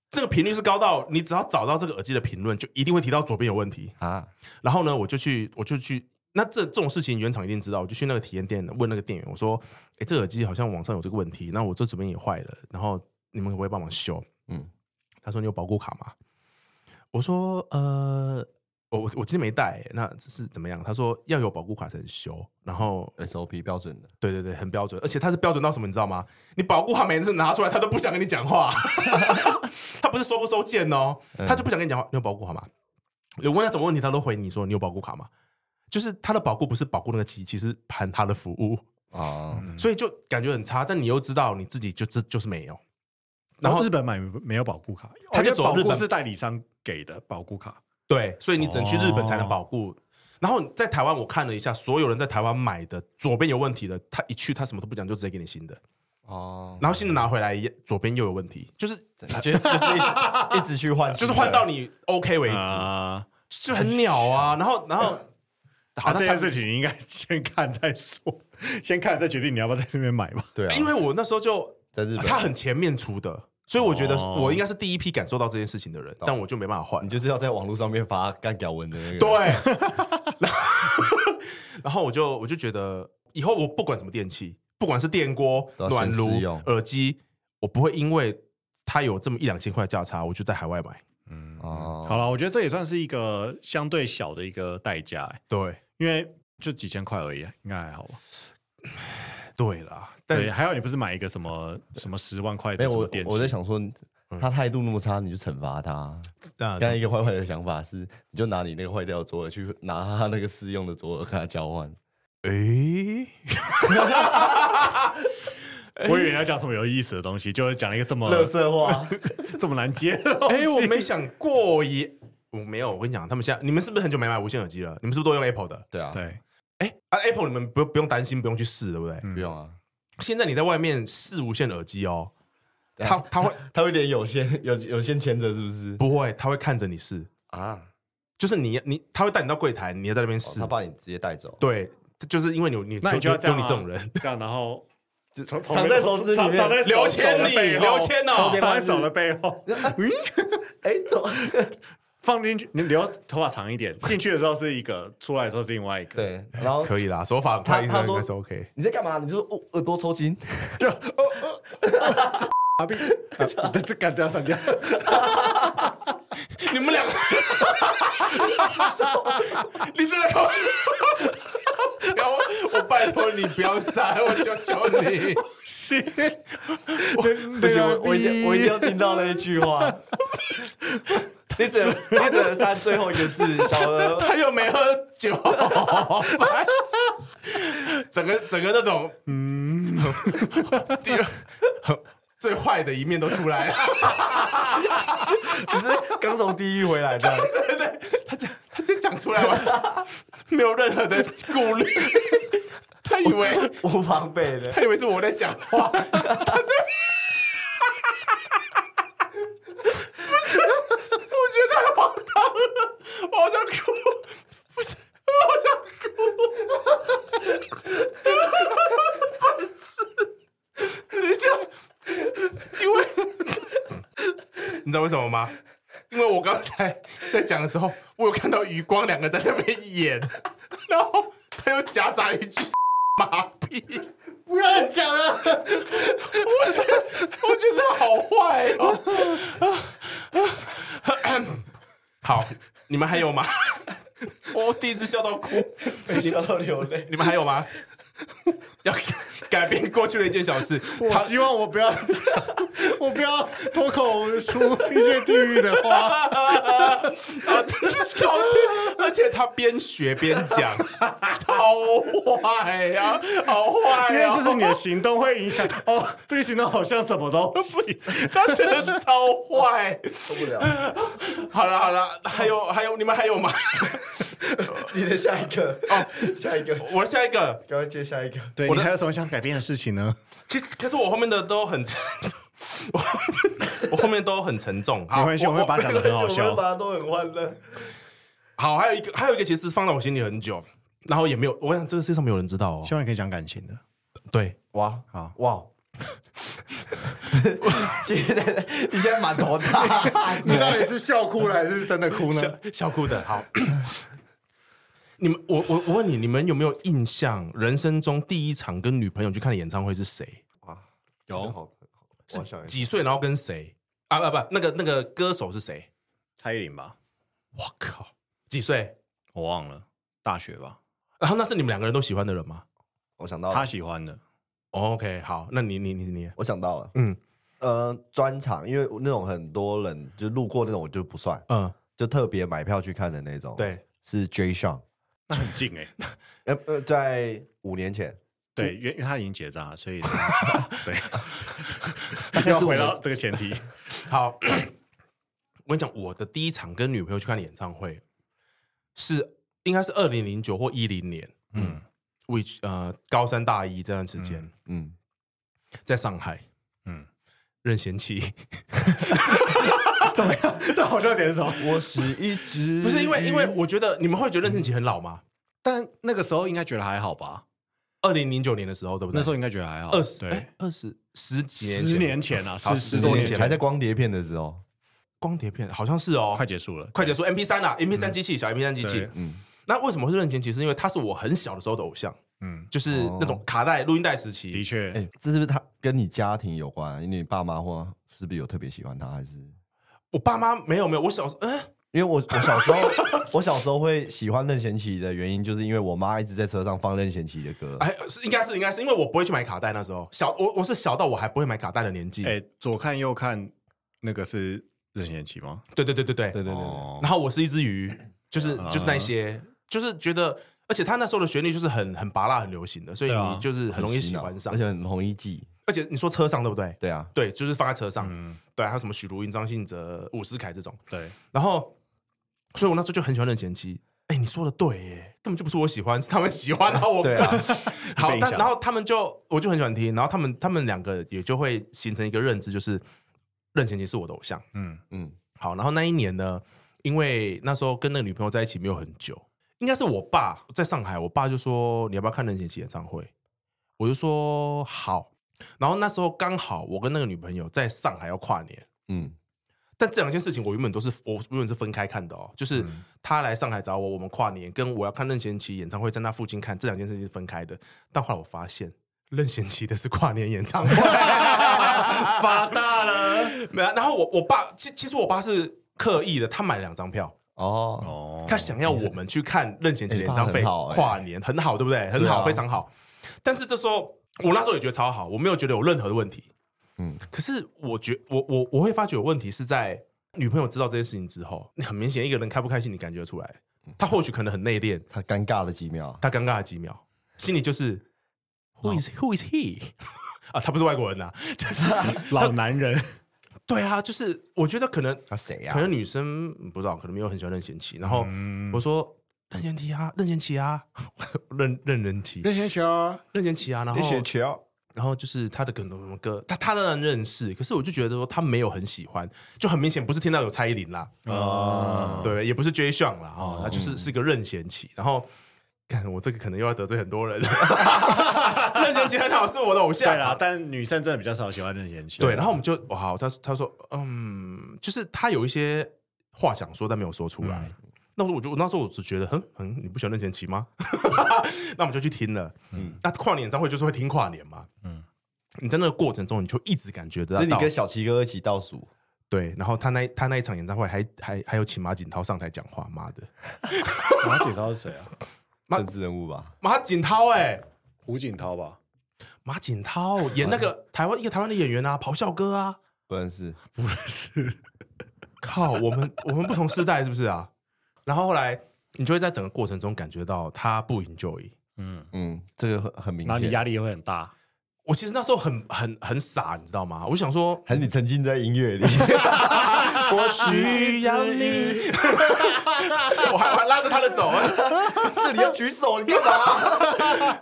S2: 这个频率是高到你只要找到这个耳机的评论，就一定会提到左边有问题。
S5: 啊，
S2: 然后呢，我就去，我就去。那这这种事情原厂一定知道，我就去那个体验店问那个店员，我说：“哎，这耳机好像网上有这个问题，那我这左边也坏了，然后你们可不可以帮忙修？”嗯
S5: 嗯，
S2: 他说：“你有保固卡吗？”我说：“呃，我我我今天没带、那这是怎么样？”他说：“要有保固卡才能修。”然后，
S5: SOP 标准的，
S2: 对对对，很标准，而且他是标准到什么，你知道吗？你保固卡每次拿出来，他都不想跟你讲话， 他不是说不收件哦，他就不想跟你讲话。你有保固卡吗？有问他什么问题，他都回你说你有保固卡吗？就是他的保固不是保固那个机，其实盘他的服务，
S5: 啊，
S2: 所以就感觉很差。但你又知道你自己就这就是没有，然
S3: 然
S2: 后
S3: 后日本买没有保固卡，
S2: 他
S3: 哦因
S2: 就
S3: 为
S2: 走
S3: 保
S2: 日
S3: 固
S2: 本
S3: 是代理商给的保固卡，
S2: 对，所以你只能去日本才能保固。然后在台湾，我看了一下，所有人在台湾买的左边有问题的，他一去他什么都不讲，就直接给你新的，
S5: 哦，
S2: 然后新的拿回来也左边又有问题，就是
S5: 觉得就是一直一直去换，
S2: 就是换到你 OK 为止，
S3: 啊，
S2: 就很鸟啊。然后，然后，
S3: 好，这件
S2: 像
S3: 事情你应该先看再说，先看再决定你要不要在那边买吧。
S5: 对啊，
S2: 因为我那时候就
S5: 在日本
S2: 啊他很前面出的，所以我觉得
S3: 哦
S2: 我应该是第一批感受到这件事情的人，但我就没办法换
S5: 你。就是要在网络上面发干屌文的那个，
S2: 对，然后 然后我就我就觉得以后我不管什么电器，不管是电锅、
S5: 都要
S2: 暖
S5: 先
S2: 炉
S5: 试用、
S2: 耳机，我不会因为它有这么一两千块价差，我就在海外买。
S3: 嗯，
S5: 哦
S3: 好了，我觉得这也算是一个相对小的一个代价、欸，
S2: 对，
S3: 因为就几千块而已，应该还好吧。
S2: 对啦，但
S5: 啊
S3: 对，还有你不是买一个什么什么十万块
S5: 没
S3: 的
S5: 有
S3: 什么
S5: 我
S3: 电器？
S5: 我在想说，他态度那么差，你就惩罚他。
S2: 啊
S5: 刚才一个坏坏的想法是，你就拿你那个坏掉的左耳去拿他那个试用的左耳跟他交换，
S2: 诶，
S3: 我以为你要讲什么有意思的东西，就是讲了一个这么
S5: 乐色话，
S3: 这么难接的东西。
S2: 哎、我没想过耶，我没有。我跟你讲，他们现在你们是不是很久没买无线耳机了？你们是不是都用 Apple 的？
S5: 对啊，
S3: 对，
S2: 哎、啊，Apple 你们不用不用担心，不用去试，对不
S3: 嗯
S2: 对？
S5: 不用啊，
S2: 现在你在外面试无线耳机哦，
S3: 啊
S2: 他他会
S5: 他会连有限有有限牵着是不是？
S2: 不会？他会看着你试，
S5: 啊，
S2: 就是你你他会带你到柜台，你要在那边试。
S5: 他把你直接带走，
S2: 对，就是因为你你
S3: 哦那你就要这
S2: 有
S3: 样、啊、
S2: 你这种人，
S3: 这样，然后藏
S5: 藏在手指里面
S3: 藏在手
S2: 刘
S3: 手
S2: 千
S3: 的
S2: 里
S3: 背后
S2: 刘千哦
S3: 藏在手的背后。
S5: 啊哎，怎么？
S3: 放进去，你留头发长一点，进去的时候是一个，出来的时候是另外一个。
S5: 对，然后
S2: 可以啦，手法快一点
S5: 他他
S2: 应
S5: 说
S2: 该是 OK。
S5: 你在干嘛？你就说哦，耳朵抽筋，
S3: 哦 啊，这这干这要删掉。
S2: 你们两个，你 真的给我，不要我拜托你不要删，我求求你。
S5: 不行，我我一定我一定要听到那一句话。 你只能你只能删最后一个字，小鹅
S2: 他又没喝酒，白痴整个整个那种嗯， 第二很最坏的一面都出来了。
S5: 你是刚从地狱回来的。
S2: 对对，他讲他直接讲出来了，没有任何的顾虑。他以为
S5: 无防备的，
S2: 他以为是我在讲话，我好想哭，不是，我好想哭，白痴！等一下，因为你知道为什么吗？因为我刚才 在讲的时候，我有看到余光两个在那边演，然后他又夹杂一句麻痹，不要再讲了，我觉得我觉得好坏哦。好，你们还有吗？我第一次笑到哭，
S5: 被笑到流泪。
S2: 你们还有吗？要改变过去的一件小事，
S3: 我
S2: 他
S3: 希望我不要， 我不要脱口出一些地狱的话。
S2: 啊，真的超，而且他边学边讲，超坏呀、好坏啊
S3: 因为
S2: 呀、
S3: 就是你的行动会影响哦，这个行动好像什么都不行。
S2: 他真的超坏，受不 了。好了好了，还有
S3: 哦
S2: 还有，你们还 有吗？
S5: 你的下一个哦，下一个，
S2: 我下一个，
S5: 赶快接下一个。
S3: 对你还有什么想改变的事情呢？
S2: 其实可是我后面的都很沉， 我后面我后面都很沉重。
S3: 没
S2: 好，
S3: 关系，我会把它讲的很好
S5: 我们
S3: 笑。
S5: 把它都很欢乐。
S2: 好，还有一个还有一个，其实放在我心里很久，然后也没有，我想这个世界上没有人知道哦
S3: 希。望你可以讲感情的。
S2: 对，
S5: 哇，
S3: 好
S5: 哇，现在 你现在满头大汗，
S3: 你到底是笑哭了还是真的哭呢？
S2: 笑笑哭的好。 你们，我我我问你，你们有没有印象，人生中第一场跟女朋友去看的演唱会是谁？
S5: 有好，我想一下
S2: 几岁？然后跟谁？啊不不，那个那个歌手是谁？
S3: 蔡依林吧，
S2: 我靠，几岁？
S3: 我忘了，大学吧，
S2: 然后那是你们两个人都喜欢的人吗
S5: 我想到了，
S3: 他喜欢的。
S2: ？OK，好，那你你你你，
S5: 我想到了，
S2: 嗯
S5: 呃，专场，因为那种很多人就路过那种，我就不算，
S2: 嗯，
S5: 就特别买票去看的那种。，
S2: 对，
S5: 是 J Sean，
S3: 那很近哎、
S5: 呃呃，在五年前，
S3: 对，因为因为他已经结扎，所 以对，
S5: 概
S3: 要
S5: 是我
S3: 回到这个前 提。
S2: 好，我跟你讲，我的第一场跟女朋友去看的演唱会是应该是二零零九或一零年
S3: 嗯
S2: ，which 呃高三大一这段时间，
S5: 嗯，
S2: 在上海
S3: 嗯，
S2: 任贤齐，
S3: 嗯 怎么样？这好笑点是什么？
S5: 我是一只
S2: 不是
S3: 嗯
S2: 因为因为我觉得你们会觉得任贤齐很老吗？
S3: 但那个时候应该觉得还好吧？
S2: 二零零九年的时候，对不对？
S3: 那时候应该觉得还好。
S2: 二十
S3: 对
S2: 哎，二十十几年前
S3: 十年前啊，
S2: 好
S3: 十
S2: 十
S3: 十多
S2: 多年
S3: 年
S2: 前
S3: 前，
S5: 还在光碟片的时候，
S2: 光碟片好像是哦，
S3: 快结束了，
S2: 快结束 MP 三啦，MP 三机器小 MP 三机器
S3: 对。
S5: 嗯，
S2: 那为什么是任贤齐？是因为他是我很小的时候的偶像，
S3: 嗯，
S2: 就是那种卡带录音带时
S3: 的
S2: 期。
S3: 确，
S5: 哎，这是不是他跟你家庭有关啊？因为你爸妈或是不是有特别喜欢他，还是？
S2: 我爸妈没有没有，我小时候嗯
S5: 因为我我 小时候我小时候会喜欢任贤齐的原因，就是因为我妈一直在车上放任贤齐的歌。
S2: 哎是应该是应该是因为我不会去买卡带，那时候小我我是小到我还不会买卡带的年纪。
S3: 哎、左看右看，那个是任贤齐吗？
S2: 对对对对对
S5: 对对对对，
S3: 哦
S2: 然后我是一只鱼，就是
S3: 啊
S2: 就是那些，就是觉得，而且他那时候的旋律就是很很拔辣、很流行的，所以
S3: 对啊
S2: 你就是很容易喜欢上
S5: 而。且很容易记。
S2: 而且你说车上对不对？
S5: 对啊，
S2: 对，就是放在车上，
S3: 嗯，
S2: 对，还有什么许茹芸、张信哲、伍思凯这种。
S3: 对，
S2: 然后，所以我那时候就很喜欢任贤齐。哎，你说的对耶，根本就不是我喜欢，是他们喜 欢，然后我
S5: 对啊
S2: 好
S3: 被，影
S2: 但
S3: 响
S2: 然后他们就我就很喜欢听，然后他们他们两个也就会形成一个认知，就是任贤齐是我的偶像。
S3: 嗯，
S5: 嗯，
S2: 好，然后那一年呢，因为那时候跟那个女朋友在一起没有很久，应该是我爸在上海，我爸就说你要不要看任贤齐演唱会？我就说好。然后那时候刚好我跟那个女朋友在上海要跨年，
S5: 嗯，
S2: 但这两件事情我原本都是我永远是分开看的哦，就是他来上海找我，我们跨年，跟我要看任贤齐演唱会在那附近看，这两件事情是分开的。但后来我发现，任贤齐的是跨年演唱会， 发大了。没有，啊然后我我爸其其实我爸是刻意的，他买了两张票。
S5: 哦，
S3: 哦
S2: 他想要我们去看任贤齐的演唱会
S5: 哎很好，哎
S2: 跨年很好，对不对？很
S5: 对
S2: 好，
S5: 啊
S2: 非常好。但是这时候我那时候也觉得超好，我没有觉得有任何的问题。嗯
S5: 嗯，
S2: 可是我觉我我我会发觉有问题是在女朋友知道这件事情之后，很明显一个人开不开心你感觉得出来，
S5: 嗯
S2: 他或许可能很内敛，
S5: 他尴尬了几秒，啊
S2: 他尴尬了几秒，心里就是
S5: 哦
S2: Who is Who is he 啊？他不是外国人呐、就是
S3: 老男人
S2: 对啊，就是我觉得可能
S5: 他谁呀
S2: 可？能女生嗯不知道，可能没有很喜欢任贤齐。然后我说任贤齐啊，任贤齐啊， 任任人齐，
S3: 任贤齐啊，
S2: 任贤齐啊。然
S5: 你
S2: 后
S5: 选球，
S2: 然后就是他的很多歌，他他当然认识，可是我就觉得说他没有很喜欢，就很明显不是听到有蔡依林啦，
S3: 哦
S2: 对，也不是 J a y s h a n 啦，哦，他就是是个任贤齐。然后看我这个可能又要得罪很多人， 任贤齐很好，是我的偶像。
S3: 对啦，但女生真的比较少喜欢任贤齐。
S2: 对， 然后我们就哦好，他他说嗯，就是他有一些话想说，但没有说出
S5: 嗯
S2: 来。那我就我那时候我只觉得，嗯嗯，你不喜欢任贤齐吗？ 那我们就去听了。嗯，那跨年演唱会就是会听跨年嘛。嗯，你在那个过程中，你就一直感觉得
S5: 所以你
S2: 到
S5: 跟小齐哥一起倒数，
S2: 对。然后他那他那一场演唱会还还还有请马景涛上台讲话，妈的，
S3: 马景涛是谁啊？
S5: 政治人物吧？
S2: 马景涛哎、
S3: 胡锦涛吧？
S2: 马景涛演那个台湾一个台湾的演员啊，咆哮哥啊，
S5: 不认识，
S2: 靠，我们我们不同世代是不是啊？然后后来你就会在整个过程中感觉到他不 enjoy。
S3: 嗯，
S5: 嗯，这个很很明
S3: 然后你
S5: 显。
S3: 压力也会很大。
S2: 我其实那时候很很很傻，你知道吗？我想说，
S5: 还是你沉浸在音 乐里，
S2: 我需要你，我还我还拉着他的手，
S5: 这里要举手，你干 嘛？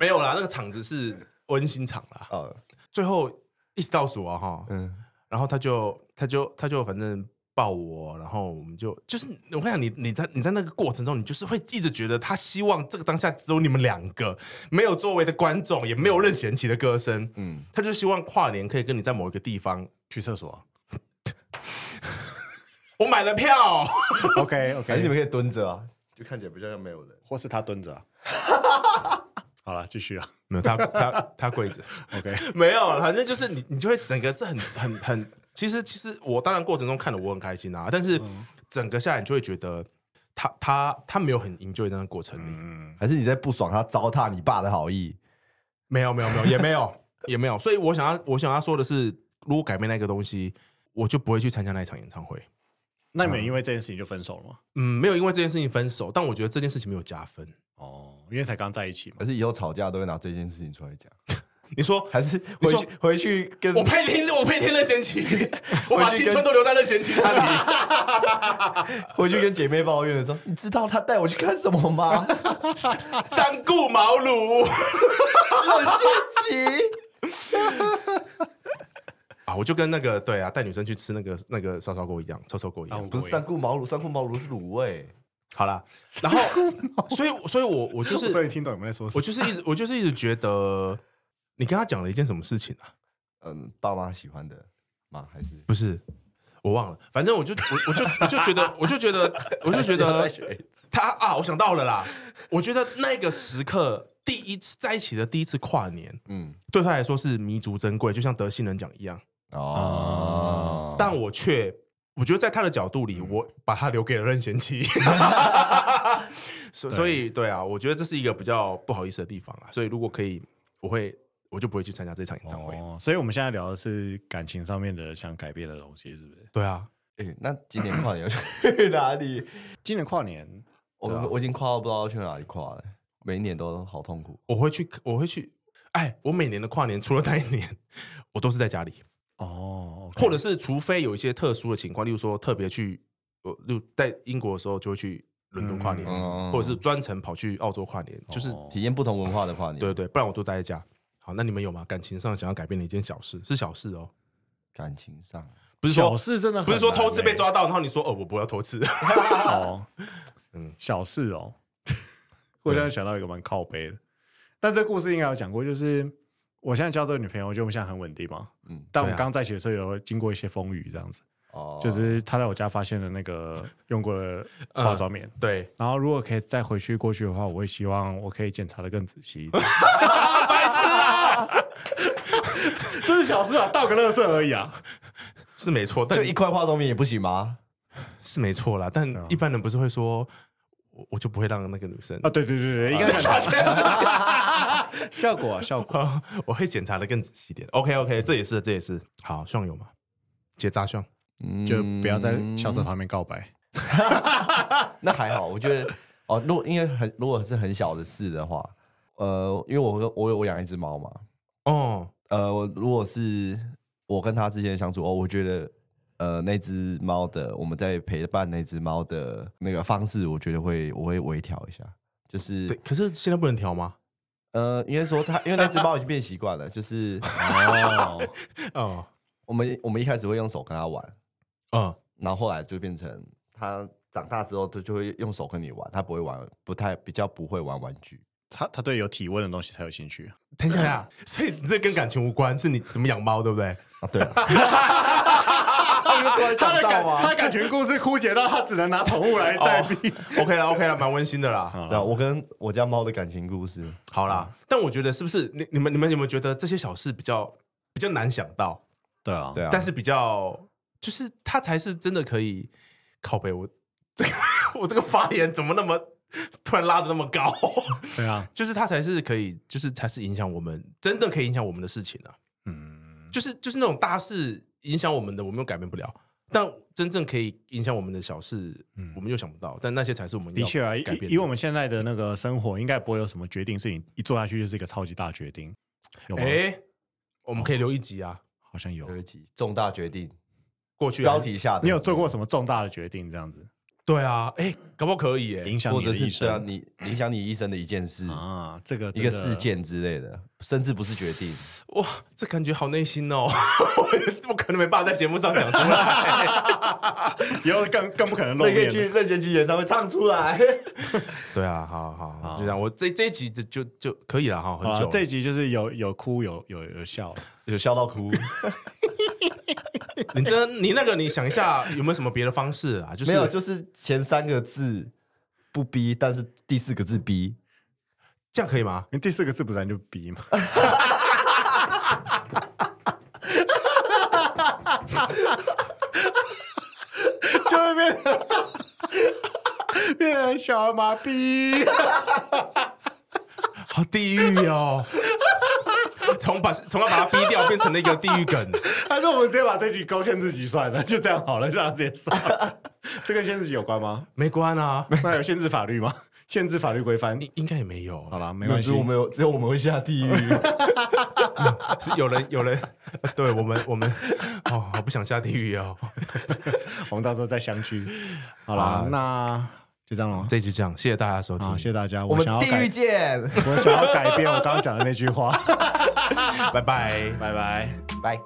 S2: 没有啦，那个场子是温馨场啦。
S5: 哦，
S2: 最后一直倒数啊哈，
S5: 嗯，
S2: 然后他就他就他就反正抱我，然后我们就就是我跟你讲，你你在你在那个过程中，你就是会一直觉得他希望这个当下只有你们两个，没有周围的观众，也没有任贤齐的歌声，嗯
S5: 嗯，
S2: 他就希望跨年可以跟你在某一个地方，
S3: 去厕 所。啊
S2: 我买了票，
S3: OK
S5: 还是
S3: OK，
S5: 你们可以蹲着啊，就看起来比较像没有人。
S3: 或是他蹲着啊。 好了，继续啊。
S2: 没有他他他跪着，
S3: OK，
S2: 没有，反正就是你你就会整个是很很很，其实其实我当然过程中看的我很开心啊，但是整个下来你就会觉得他他他没有很 enjoy 那个过程里，
S3: 嗯，
S5: 还是你在不爽他糟蹋你爸的好意？
S2: 没有，没有，没有，也没有，也没有。所以我想要，我想要说的是，如果改变那个东西，我就不会去参加那一场演唱会。
S3: 那你们因为这件事情就分手了吗？
S2: 嗯，没有因为这件事情分手，但我觉得这件事情没有加分。
S3: 哦，因为才刚在一起嘛
S5: 还。是以后吵架都会拿这件事情出来讲？
S2: 你说，
S5: 还是
S2: 你
S5: 回
S2: 说
S5: 去回去跟
S2: 我配听，我配听任贤齐，我把青春都留在任贤齐那 里。
S5: 回去跟姐妹抱怨的时候，你知道他带我去看什么吗？
S2: 三顾茅庐
S5: 我心急。
S2: 啊！我就跟那个对啊，带女生去吃那个那个烧烧锅一样，臭臭锅一样。
S5: 不是
S3: 啊
S5: 三顾茅庐，三顾茅庐是卤味。
S2: 好啦，然后，所以，所以我我就
S3: 我终于
S2: 是
S3: 听懂你们在说什
S2: 我
S3: 么。
S2: 就是一直我就是一直觉得，你跟他讲了一件什么事情啊？
S5: 嗯，爸妈喜欢的吗？还是
S2: 不是，我忘了，反正我就我我就我就觉得，我就觉得，我就觉 得他啊，我想到了啦，我觉得那个时刻，第一次在一起的第一次跨年，
S5: 嗯
S2: 对他来说是弥足珍贵，就像得新人奖一样，
S5: 哦，
S2: 但我却。我觉得在他的角度里，我把他留给了任贤齐，所所以对啊，我觉得这是一个比较不好意思的地方啊。所以如果可以，我会我就不会去参加这场演唱会。
S3: 哦，所以我们现在聊的是感情上面的想改变的东西，是不是？
S2: 对啊，
S5: 哎，那今年跨年要去 哪里？
S3: 今年跨年
S5: 我我已经跨到不知道要去哪里跨了，每一年都好痛苦。
S2: 我会去，我会去。哎，我每年的跨年除了那一年，我都是在家里。
S3: 哦
S2: 或者是除非有一些特殊的情况，例如说特别去，呃，例如在英国的时候就会去伦敦跨
S3: 哦
S2: 年，
S5: 嗯
S2: 或者是专程跑去澳洲跨年，就是、
S5: 哦体验不同文化的跨年，
S2: 对对，不然我都待在家。好，那你们有吗？感情上想要改变的一件小事，是小事哦，
S5: 感情上
S2: 不是说
S3: 小事真的很
S2: 不是说偷吃
S3: 难
S2: 被
S3: 欸
S2: 抓到，然后你说哦，我不要偷吃，
S3: 哦，
S2: 嗯
S3: 嗯，小事哦。 我现在想到一个蛮靠背的，但这故事应该有讲过，就是我现在交这个女朋友，我觉得我们现在很稳定嘛。嗯
S5: 嗯，
S3: 但我
S2: 对
S3: 们
S2: 啊
S3: 刚在一起的时候有经过一些风雨，这样子，
S5: 哦，
S3: 就是她在我家发现了那个用过的化妆 棉。
S2: 对，
S3: 然后，如果可以再回去过去的话，我会希望我可以检查的更仔细 一点。
S2: 啊
S3: 这是小事啊，倒个垃圾而已啊。
S2: 是没错，但
S5: 就一块化妆棉也不行吗？
S2: 是没错啦。但
S3: 啊
S2: 一般人不是会说，我我就不会让那个女生
S3: 啊，对对对对，应该 这样讲 效果啊，效果。
S2: 啊，我会检查的更仔细一点。OK OK，这也是这也是好像有嘛，结扎像
S3: 就
S5: 嗯
S3: 不要在小车旁边告白。
S5: 那还好，我觉得哦，如果因为很如果是很小的事的话，呃，因为我我有我养一只猫嘛，
S2: 哦，
S5: 呃，我如果是我跟它之间的相处哦，我觉得呃那只猫的我们在陪伴那只猫的那个方式，我觉得会我会微调一下，就是
S2: 对，可是现在不能调吗？
S5: 呃，应该说它，因为那只猫已经变习惯了，就是
S3: 哦，
S2: 哦，
S5: 我们我们一开始会用手跟它玩，
S2: 嗯，
S5: 然后后来就变成它长大之后，它就会用手跟你玩，它不会玩，不太比较不会玩玩具。
S3: 他他对有体温的东西才有兴趣。
S2: 等一下 呀，所以这跟感情无关，是你怎么养猫，对不对？
S5: 啊，对啊，他
S3: 他的感
S5: 吗？
S3: 他感情故事枯竭到他只能拿宠物来代替。
S2: OK 啦 OK 啦，蛮温馨的啦。
S5: 对啊，我跟我家猫的感情故事，
S2: 好啦，但我觉得是不是你你们你们有没有觉得这些小事比较比较难想到？
S3: 对啊，
S5: 对啊，
S2: 但是比较就是他才是真的可以靠背我这个 我这个发言怎么那么突然拉的那么高？
S3: 对啊，
S2: 就是他才是可以，就是才是影响我们真的可以影响我们的事情啊。
S3: 嗯，
S2: 就是就是那种大事影响我们的，我们又改变不了。但真正可以影响我们的小事，
S3: 嗯
S2: 我们又想不到。但那些才是我们
S3: 的
S2: 要
S3: 确啊，
S2: 改变
S3: 以
S2: 的
S3: 以我们现在的那个生活，应该不会有什么决定是你一做下去就是一个超级大决定。有吗？
S2: 哎，我们可以留一集啊。
S3: 好像有
S5: 有。一集重大决定，
S2: 过去啊
S5: 标题下的
S3: 你有做过什么重大的决定这样子
S2: 对啊，哎，搞不好可以哎。
S3: 影响
S5: 或
S3: 你
S5: 者
S3: 的
S5: 是
S3: 一
S5: 对啊，
S3: 生
S5: 你影响你一生的一件事，
S3: 啊？这个
S5: 一
S3: 真的
S5: 个 事件之类的，甚至不是决定。
S2: 哇，这感觉好内心哦， 我我可能没办法在节目上讲出 来。
S3: 以后更更不可能露
S5: 那可
S3: 面
S5: 以去
S3: 了。
S5: 任贤齐演唱会唱出来。
S2: 对啊，好好，就这样。我这这一集就就就可以了哈，很
S3: 好啊
S2: 久了。，
S3: 这一集就是有有哭有有 有笑了。
S5: 有笑到哭，
S2: 你真你那个，你想一下有没有什么别的方式啊？就是
S5: 没有，就是前三个字不逼，但是第四个字逼。
S2: 这样可以吗？
S3: 你第四个字不然就逼嘛？就会变得变成小麻痹。
S2: 好地狱哦！ 从把从要把它逼掉，变成了一个地狱梗。
S3: 还是我们直接把这集勾限制级算了，就这样好了，就让它直接上。这跟限制级有关吗？
S2: 没关啊，
S3: 那有限制法律吗？限制法律规范？
S2: 应应该也没有啊
S3: 好。啦，没
S5: 没有
S3: 关
S5: 只
S3: 系
S5: 有。我们有，只有我们会 下地狱。
S2: 是有人有人，呃对我们我们哦，好不想下地狱哦。
S3: 我们到时候再相聚。好啦，那就这样了吗。
S2: 这一集就这样，谢啊谢大家收听
S3: 好，，谢谢大家。
S5: 我
S3: 我
S5: 们
S3: 想要
S5: 地狱
S3: 改，
S5: 见，
S3: 我想要改变我刚刚讲的那句话。
S2: 拜拜，拜拜。
S5: 拜。